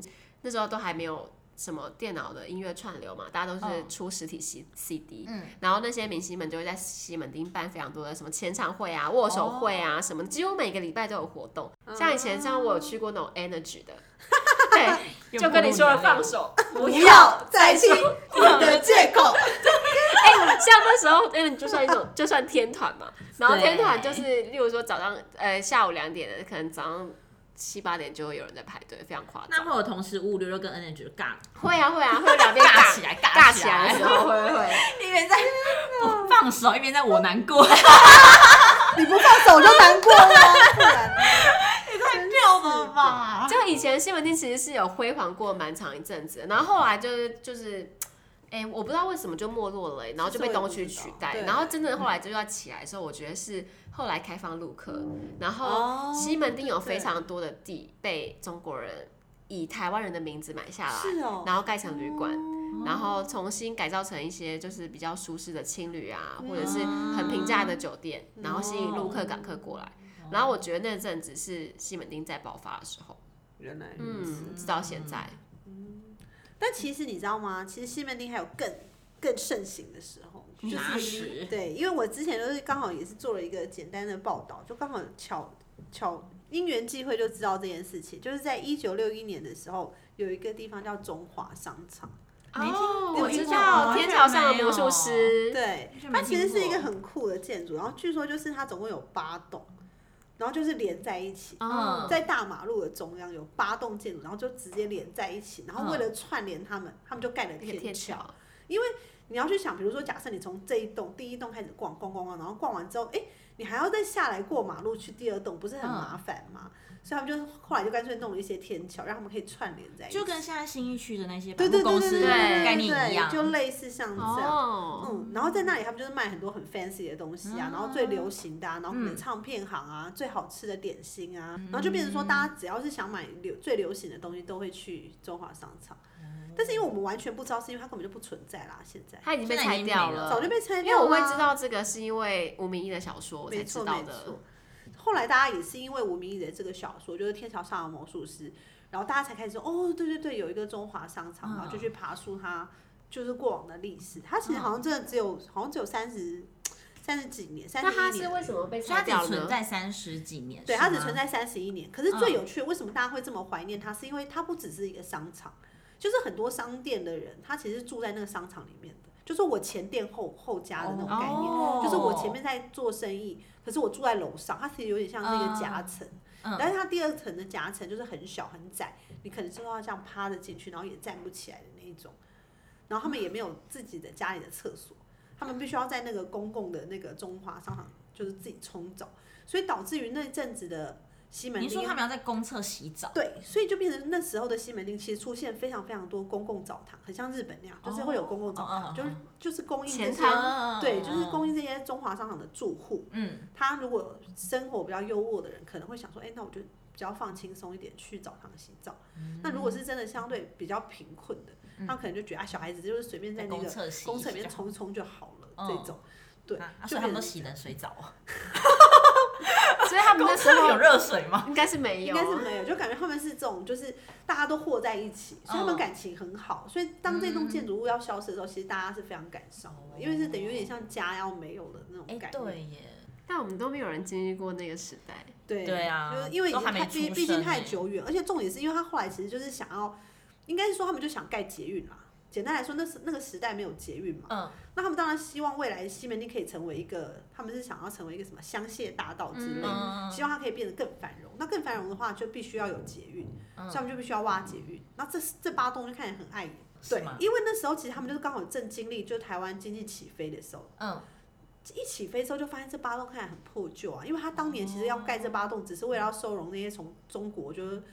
[SPEAKER 1] 那时候都还没有什么电脑的音乐串流嘛，大家都是
[SPEAKER 2] 嗯
[SPEAKER 1] 出实体 C CD，、
[SPEAKER 2] 嗯
[SPEAKER 1] 然后那些明星们就会在西门町办非常多的什么签唱会啊、握手会啊、
[SPEAKER 3] 哦
[SPEAKER 1] 什么，几乎每个礼拜都有活动。
[SPEAKER 3] 嗯
[SPEAKER 1] 像以前像我有去过那种 Energy 的，对，就跟你说了放手，
[SPEAKER 3] 不要再听我的借口。
[SPEAKER 1] 哎、 像那时候，嗯，就算一种，就算天团嘛。然后
[SPEAKER 2] 对
[SPEAKER 1] 天团就是，例如说早上，呃，下午两点的，可能早上七八点就会有人在排队，非常夸
[SPEAKER 2] 那
[SPEAKER 1] 张。
[SPEAKER 2] 会有同时物流又跟 N H 尬
[SPEAKER 1] 会啊会啊，会有两边
[SPEAKER 2] 尬起来
[SPEAKER 1] 尬
[SPEAKER 2] 尬
[SPEAKER 1] 起
[SPEAKER 2] 起
[SPEAKER 1] 来
[SPEAKER 2] 来
[SPEAKER 1] 的时候，会会会。
[SPEAKER 2] 一边在不放手，一边在我难过。
[SPEAKER 3] 你不放手我就难过了，不然也太
[SPEAKER 2] 掉了？吧？
[SPEAKER 1] 就以前新闻厅其实是有辉煌过蛮长一阵子的，然后后来就是就是，哎、我不知道为什么就没落了、然后就被东区取代
[SPEAKER 3] 是我也不知，道
[SPEAKER 1] 然后真的后来就要起来的时候，我觉得是后来开放陆客，然后
[SPEAKER 3] 哦
[SPEAKER 1] 西门町有非常多的地被中国人以台湾人的名字买下来，
[SPEAKER 3] 是哦，
[SPEAKER 1] 然后盖成旅馆。然后重新改造成一些就是比较舒适的青旅啊，或者是很平价的酒店，
[SPEAKER 3] 哦
[SPEAKER 1] 然后吸引陆客、港客过来。然后我觉得那阵子是西门町在爆发的时候。
[SPEAKER 3] 原来如此。
[SPEAKER 1] 嗯，直到现在，
[SPEAKER 3] 但其实你知道吗？其实西门町还有更更盛行的时候，就
[SPEAKER 2] 拿
[SPEAKER 3] 是
[SPEAKER 2] 屎
[SPEAKER 3] 对，因为我之前就是刚好也是做了一个简单的报道，就刚好巧巧因缘际会就知道这件事情，就是在一九六一年的时候，有一个地方叫中华商场，
[SPEAKER 2] 没听
[SPEAKER 1] 哦
[SPEAKER 2] 过
[SPEAKER 1] 我知
[SPEAKER 3] 没听过
[SPEAKER 1] 道
[SPEAKER 2] 完
[SPEAKER 1] 天
[SPEAKER 2] 全
[SPEAKER 1] 桥上的
[SPEAKER 2] 没
[SPEAKER 1] 魔术
[SPEAKER 2] 有
[SPEAKER 1] 师，
[SPEAKER 3] 对
[SPEAKER 2] 是，没
[SPEAKER 3] 它其实
[SPEAKER 2] 听过
[SPEAKER 3] 是一个很酷的建筑，然后据说就是它总共有八栋，然后就是连在一起。
[SPEAKER 1] 嗯，
[SPEAKER 3] 在大马路的中央有八栋建筑，然后就直接连在一起，然后为了串联它们，他们就盖了
[SPEAKER 1] 那个
[SPEAKER 3] 天
[SPEAKER 1] 天
[SPEAKER 3] 桥。
[SPEAKER 1] 桥，
[SPEAKER 3] 你要去想，比如说，假设你从这一栋第一栋开始逛逛逛逛，然后逛完之后，哎、你还要再下来过马路去第二栋，不是很麻烦吗？所以他们就后来就干脆弄了一些天桥，让他们可以串联在一起，
[SPEAKER 2] 就跟现在新一区的那些百
[SPEAKER 3] 对
[SPEAKER 2] 货
[SPEAKER 3] 对对
[SPEAKER 2] 公
[SPEAKER 3] 对
[SPEAKER 2] 司
[SPEAKER 3] 对
[SPEAKER 2] 的
[SPEAKER 3] 对对
[SPEAKER 2] 概念一
[SPEAKER 3] 对
[SPEAKER 2] 样，
[SPEAKER 3] 就类似像这样。
[SPEAKER 1] 哦，
[SPEAKER 3] 嗯，然后在那里他们就是卖很多很 fancy 的东西
[SPEAKER 2] 哦
[SPEAKER 3] 啊，然后最流行的、啊，
[SPEAKER 2] 嗯
[SPEAKER 3] 然后可能唱片行啊，最好吃的点心啊，然后就变成说大家只要是想买流最流行的东西，都会去中华商场。但是因为我们完全不知道，是因为它根本就不存在啦，现在
[SPEAKER 1] 它已经被
[SPEAKER 2] 现在
[SPEAKER 1] 拆
[SPEAKER 2] 已经
[SPEAKER 1] 掉
[SPEAKER 2] 没了
[SPEAKER 1] 了
[SPEAKER 3] 早，就被拆
[SPEAKER 1] 因为
[SPEAKER 3] 掉
[SPEAKER 1] 我
[SPEAKER 3] 了啊。
[SPEAKER 1] 会知道这个是因为吴明义的小说我才
[SPEAKER 3] 没
[SPEAKER 1] 知
[SPEAKER 3] 错
[SPEAKER 1] 道
[SPEAKER 3] 没
[SPEAKER 1] 的
[SPEAKER 3] 错，。后来大家也是因为吴明义的这个小说，就是《天桥上的魔术师》，然后大家才开始说，哦，对对对，有一个中华商场，
[SPEAKER 2] 嗯
[SPEAKER 3] 然后就去爬书它就是过往的历史。它其实好像真的只有，好像只有三十三十几年，三十
[SPEAKER 1] 那它
[SPEAKER 3] 一
[SPEAKER 1] 是
[SPEAKER 3] 年。
[SPEAKER 1] 为什么被
[SPEAKER 2] 所以它
[SPEAKER 1] 拆掉了
[SPEAKER 2] 只存
[SPEAKER 1] 呢？
[SPEAKER 2] 在三十几年，
[SPEAKER 3] 对，
[SPEAKER 2] 是
[SPEAKER 3] 它只
[SPEAKER 2] 吗
[SPEAKER 3] 存在三十一年。可是
[SPEAKER 2] 嗯
[SPEAKER 3] 最有趣的，为什么大家会这么怀念它？是因为它不只是一个商场，就是很多商店的人，他其实住在那个商场里面的，就是我前店后后家的那种概念。
[SPEAKER 2] 哦
[SPEAKER 3] 就是我前面在做生意，可是我住在楼上，它其实有点像是一个夹层，
[SPEAKER 2] 嗯
[SPEAKER 3] 但是它第二层的夹层就是很小很窄，你可能就要这样趴着进去，然后也站不起来的那一种。然后他们也没有自己的家里的厕所，他们必须要在那个公共的那个中华商场就是自己冲澡，所以导致于那阵子的西门
[SPEAKER 2] 您说
[SPEAKER 3] 町
[SPEAKER 2] 他。们要在公厕洗澡，
[SPEAKER 3] 对，所以就变成那时候的西门町，其实出现非常非常多公共澡堂，很像日本那样，就是会有公共澡堂，
[SPEAKER 2] 哦哦哦哦
[SPEAKER 3] 就是就是供应这
[SPEAKER 1] 前
[SPEAKER 3] 些
[SPEAKER 1] 台
[SPEAKER 3] 对，就是供应这些中华商场的住户。
[SPEAKER 2] 嗯，
[SPEAKER 3] 他如果生活比较优渥的人，可能会想说，哎、那我就比较放轻松一点去澡堂洗澡。那如果是真的相对比较贫困的，他可能就觉得啊，小孩子就是随便在
[SPEAKER 2] 嗯
[SPEAKER 3] 那
[SPEAKER 2] 公
[SPEAKER 3] 个
[SPEAKER 2] 厕洗
[SPEAKER 3] 公厕里
[SPEAKER 2] 一
[SPEAKER 3] 面
[SPEAKER 2] 下
[SPEAKER 3] 冲一冲就好了，
[SPEAKER 2] 嗯
[SPEAKER 3] 这种。对
[SPEAKER 2] 啊，啊
[SPEAKER 3] 就
[SPEAKER 2] 所以他们
[SPEAKER 3] 变
[SPEAKER 2] 都
[SPEAKER 3] 成
[SPEAKER 2] 洗冷水澡 哦，
[SPEAKER 1] 所以他 们那
[SPEAKER 2] 公
[SPEAKER 1] 时
[SPEAKER 2] 厕有
[SPEAKER 1] 候
[SPEAKER 2] 热水吗？
[SPEAKER 1] 应该是没
[SPEAKER 3] 应
[SPEAKER 1] 有
[SPEAKER 3] 该，
[SPEAKER 2] 哦
[SPEAKER 3] 是没有，就感觉他们是这种，就是大家都和在一起，所以他们
[SPEAKER 2] 嗯
[SPEAKER 3] 感情很好。所以当这栋建筑物要消失的时候，其实大家是非常感伤的，因为是等于有点像家要没有的那种
[SPEAKER 2] 哦哎，
[SPEAKER 3] 感觉。
[SPEAKER 2] 对耶，
[SPEAKER 1] 但我们都没有人经历过那个时代。
[SPEAKER 3] 对
[SPEAKER 2] 对啊
[SPEAKER 3] 就是因为已
[SPEAKER 2] 都
[SPEAKER 3] 经
[SPEAKER 2] 还没
[SPEAKER 3] 太毕
[SPEAKER 2] 出
[SPEAKER 3] 毕竟
[SPEAKER 2] 生
[SPEAKER 3] 太
[SPEAKER 2] 欸
[SPEAKER 3] 久远，而且重点是因为他后来其实就是想要，应该是说他们就想盖捷运啦。简单来说，那是那个时代没有捷运嘛，
[SPEAKER 2] 嗯，
[SPEAKER 3] 那他们当然希望未来西门町可以成为一个，他们是想要成为一个什么香榭大道之类的，
[SPEAKER 2] 嗯
[SPEAKER 3] 希望它可以变得更繁荣。那更繁荣的话，就必须要有捷运，
[SPEAKER 2] 嗯
[SPEAKER 3] 所以他们就必须要挖捷运。那这这八栋就看起来很碍眼，
[SPEAKER 2] 是
[SPEAKER 3] 对
[SPEAKER 2] 吗，
[SPEAKER 3] 因为那时候其实他们就是刚好正经历，就台湾经济起飞的时候，
[SPEAKER 2] 嗯，
[SPEAKER 3] 一起飞之后就发现这八栋看起来很破旧啊，因为他当年其实要盖这八栋，只是为了要收容那些从中国就是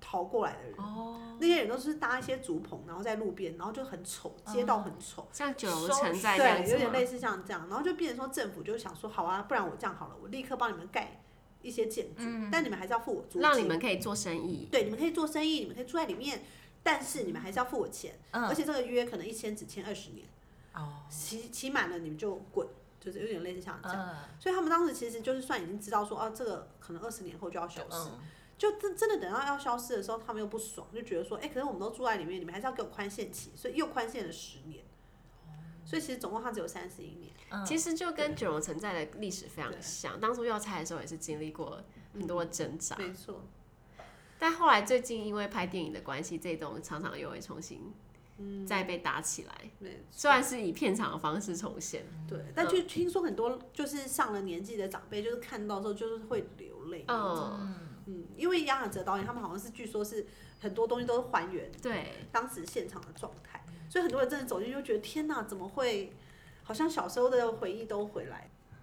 [SPEAKER 3] 逃过来的人。
[SPEAKER 2] 哦，
[SPEAKER 3] 那些人都是搭一些竹棚，然后在路边，然后就很丑，街道很丑，
[SPEAKER 1] 像九龙城寨那嗯样
[SPEAKER 3] 对，
[SPEAKER 1] 子
[SPEAKER 3] 有点
[SPEAKER 1] 吗？
[SPEAKER 3] 类似像这样，然后就变成说政府就想说，好啊，不然我这样好了，我立刻帮你们盖一些建筑，但你们还是要付我租金，
[SPEAKER 1] 嗯让你们可以做生意，
[SPEAKER 3] 对，你们可以做生意，你们可以住在里面，但是你们还是要付我钱，而
[SPEAKER 2] 嗯，
[SPEAKER 3] 且这个约可能一签只签二十年，
[SPEAKER 2] 哦，
[SPEAKER 3] 期期满了你们就滚，就是有点类似像这样。
[SPEAKER 2] 嗯
[SPEAKER 3] 所以他们当时其实就是算已经知道说，啊，这个可能二十年后就要消失，
[SPEAKER 2] 嗯，
[SPEAKER 3] 就真真的等到要消失的时候，他们又不爽，就觉得说，哎、可是我们都住在里面，你们还是要给我宽限期，所以又宽限了十年。所以其实总共它只有三十一年，
[SPEAKER 2] 嗯
[SPEAKER 1] 其实就跟九龙城寨的历史非常像。当初要拆的时候也是经历过很多
[SPEAKER 3] 嗯
[SPEAKER 1] 的挣扎，
[SPEAKER 3] 没错，
[SPEAKER 1] 但后来最近因为拍电影的关系，这栋常常又会重新再被搭起来，
[SPEAKER 3] 没错
[SPEAKER 1] 虽然是以片场的方式重现。
[SPEAKER 3] 啊对。但就听说很多就是上了年纪的长辈，就是看到的时候就是会流泪。
[SPEAKER 1] 嗯，
[SPEAKER 3] 嗯，因为杨雅哲导演他们好像是据说是很多东西都是还原
[SPEAKER 1] 对，
[SPEAKER 3] 当时现场的状态，所以很多人真的走进去就觉得天哪，怎么会好像小时候的回忆都回来？
[SPEAKER 1] 啊、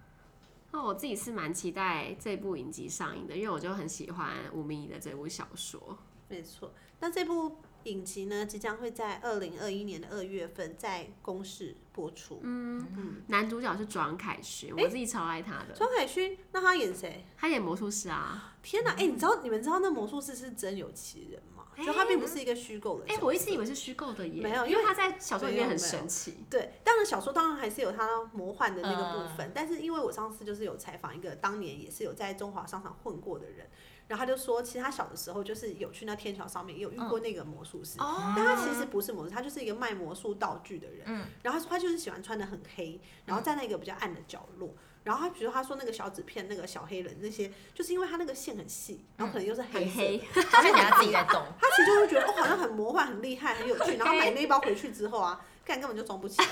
[SPEAKER 1] 那我自己是蛮期待这部影集上映的，因为我就很喜欢吴明仪的这部小说。
[SPEAKER 3] 没错，那这部影集呢，即将会在二零二一年的二月份在公视播出。
[SPEAKER 1] 嗯男主角是庄凯勋，我自己超爱他的，
[SPEAKER 3] 庄凯勋，那他演谁？
[SPEAKER 1] 他演魔术师啊。
[SPEAKER 3] 天哪！哎、你知道你们知道那魔术师是真有其人吗？就他并不是一个虚构的角
[SPEAKER 1] 哎、
[SPEAKER 3] 色。
[SPEAKER 1] 我一直以为是虚构的耶，
[SPEAKER 3] 没有因
[SPEAKER 1] 因
[SPEAKER 3] 为
[SPEAKER 1] 为他在小说里面
[SPEAKER 3] 没
[SPEAKER 1] 很
[SPEAKER 3] 有没有
[SPEAKER 1] 神奇。
[SPEAKER 3] 对，当然小说当然还是有它魔幻的那个
[SPEAKER 1] 嗯
[SPEAKER 3] 部分，但是因为我上次就是有采访一个当年也是有在中华商场混过的人，然后他就说，其实他小的时候就是有去那天桥上面也有遇过那个魔术师，
[SPEAKER 1] 嗯哦
[SPEAKER 3] 但他其实不是魔术，他就是一个卖魔术道具的人。
[SPEAKER 1] 嗯
[SPEAKER 3] 然后他说他就是喜欢穿的很黑，然后站在一个比较暗的角落。然后他比如他说那个小纸片、那个小黑人那些，就是因为他那个线很细，然后可能又是黑
[SPEAKER 1] 嗯很
[SPEAKER 3] 色的
[SPEAKER 1] 黑，
[SPEAKER 2] 而且他自己在动，
[SPEAKER 3] 他其实就会觉得哦，好像很魔幻、很厉害、很有 趣。然后买那一包回去之后啊，干根本就装不起来。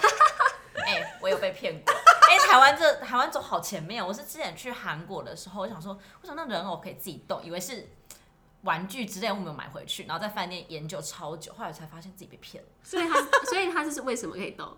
[SPEAKER 2] 哎、我有被骗过。 哎、台湾这台湾走好前面哦，我是之前去韩国的时候，我想说，为什么那人偶可以自己动？以为是玩具之类，我没有买回去，然后在饭店研究超久，后来才发现自己被骗了。
[SPEAKER 1] 所以他所以他是为什么可以 动？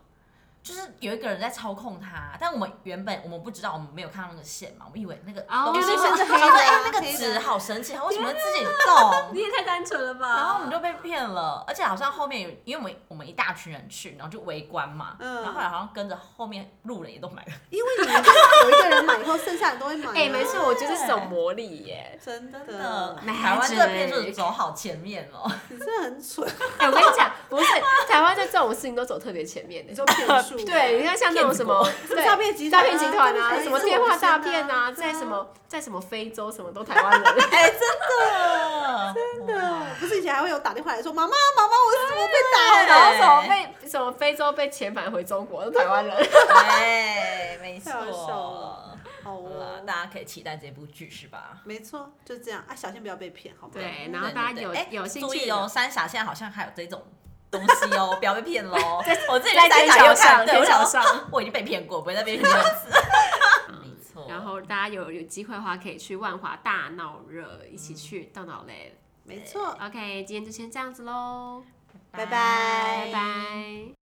[SPEAKER 2] 就是有一个人在操控它，但我们原本我们不知道，我们没有看到那个线嘛，我们以为那个
[SPEAKER 1] 哦
[SPEAKER 2] 东西
[SPEAKER 1] 有些线
[SPEAKER 3] 是黑的啊
[SPEAKER 2] 想说哎
[SPEAKER 3] 黑
[SPEAKER 2] 那
[SPEAKER 3] 的
[SPEAKER 2] 个纸好神奇，它为什么会自己动？
[SPEAKER 1] 你也太单纯了吧！
[SPEAKER 2] 然后我们就被骗了，而且好像后面有，因为我们我们一大群人去，然后就围观嘛，
[SPEAKER 3] 嗯
[SPEAKER 2] 然后后来好像跟着后面路人也都买了，
[SPEAKER 3] 因为你们就是有一个人买以后，剩下的都会买、啊。
[SPEAKER 1] 哎、没错，我觉得是种魔力耶。
[SPEAKER 3] 真的，
[SPEAKER 1] Magic
[SPEAKER 2] 台湾这边就是走好前面哦，
[SPEAKER 3] 你真的很蠢。
[SPEAKER 1] 哎、我跟你讲，不是台湾在这种事情都走特别前面的
[SPEAKER 3] 你。说骗术？
[SPEAKER 1] 对，你看像那种什么对
[SPEAKER 3] 诈骗集
[SPEAKER 1] 诈
[SPEAKER 3] 团啊
[SPEAKER 1] 骗集团
[SPEAKER 3] 诈
[SPEAKER 1] 啊，
[SPEAKER 3] 骗
[SPEAKER 1] 什么
[SPEAKER 3] 集团
[SPEAKER 1] 电话诈骗啊，
[SPEAKER 3] 对
[SPEAKER 1] 在
[SPEAKER 3] 啊
[SPEAKER 1] 什么在什么非洲，什么都台湾人。
[SPEAKER 2] 哎，真的，真
[SPEAKER 3] 对，不是以前还会有打电话来说妈妈妈妈，我我被打 了。
[SPEAKER 1] 然后什么被什么非洲被遣返回中国，都台湾人。
[SPEAKER 2] 对，没错，
[SPEAKER 3] 太好笑了好
[SPEAKER 2] 好了，
[SPEAKER 3] 哦，
[SPEAKER 2] 大家可以期待这部剧是吧？
[SPEAKER 3] 没错，就这样啊，小心不要被骗，好吗？
[SPEAKER 1] 对，然后大家有
[SPEAKER 2] 对对对哎
[SPEAKER 1] 有兴
[SPEAKER 2] 注
[SPEAKER 1] 趣
[SPEAKER 2] 意
[SPEAKER 1] 的
[SPEAKER 2] 哦，三峡现在好像还有这种东西哦，不要被骗喽。我自己去
[SPEAKER 1] 在
[SPEAKER 2] 三
[SPEAKER 1] 天
[SPEAKER 2] 峡
[SPEAKER 1] 桥
[SPEAKER 2] 又看，
[SPEAKER 1] 上，
[SPEAKER 2] 对，
[SPEAKER 1] 天
[SPEAKER 2] 我
[SPEAKER 1] 桥
[SPEAKER 2] 想说
[SPEAKER 1] 上。
[SPEAKER 2] 我已经被骗过，不会再被骗第二次。 没错，
[SPEAKER 1] 然后大家有有机会的话，可以去万华大闹热，一起去动脑嘞。
[SPEAKER 3] 没错。
[SPEAKER 1] OK，今天就先这样子喽，
[SPEAKER 3] 拜拜
[SPEAKER 1] 拜拜。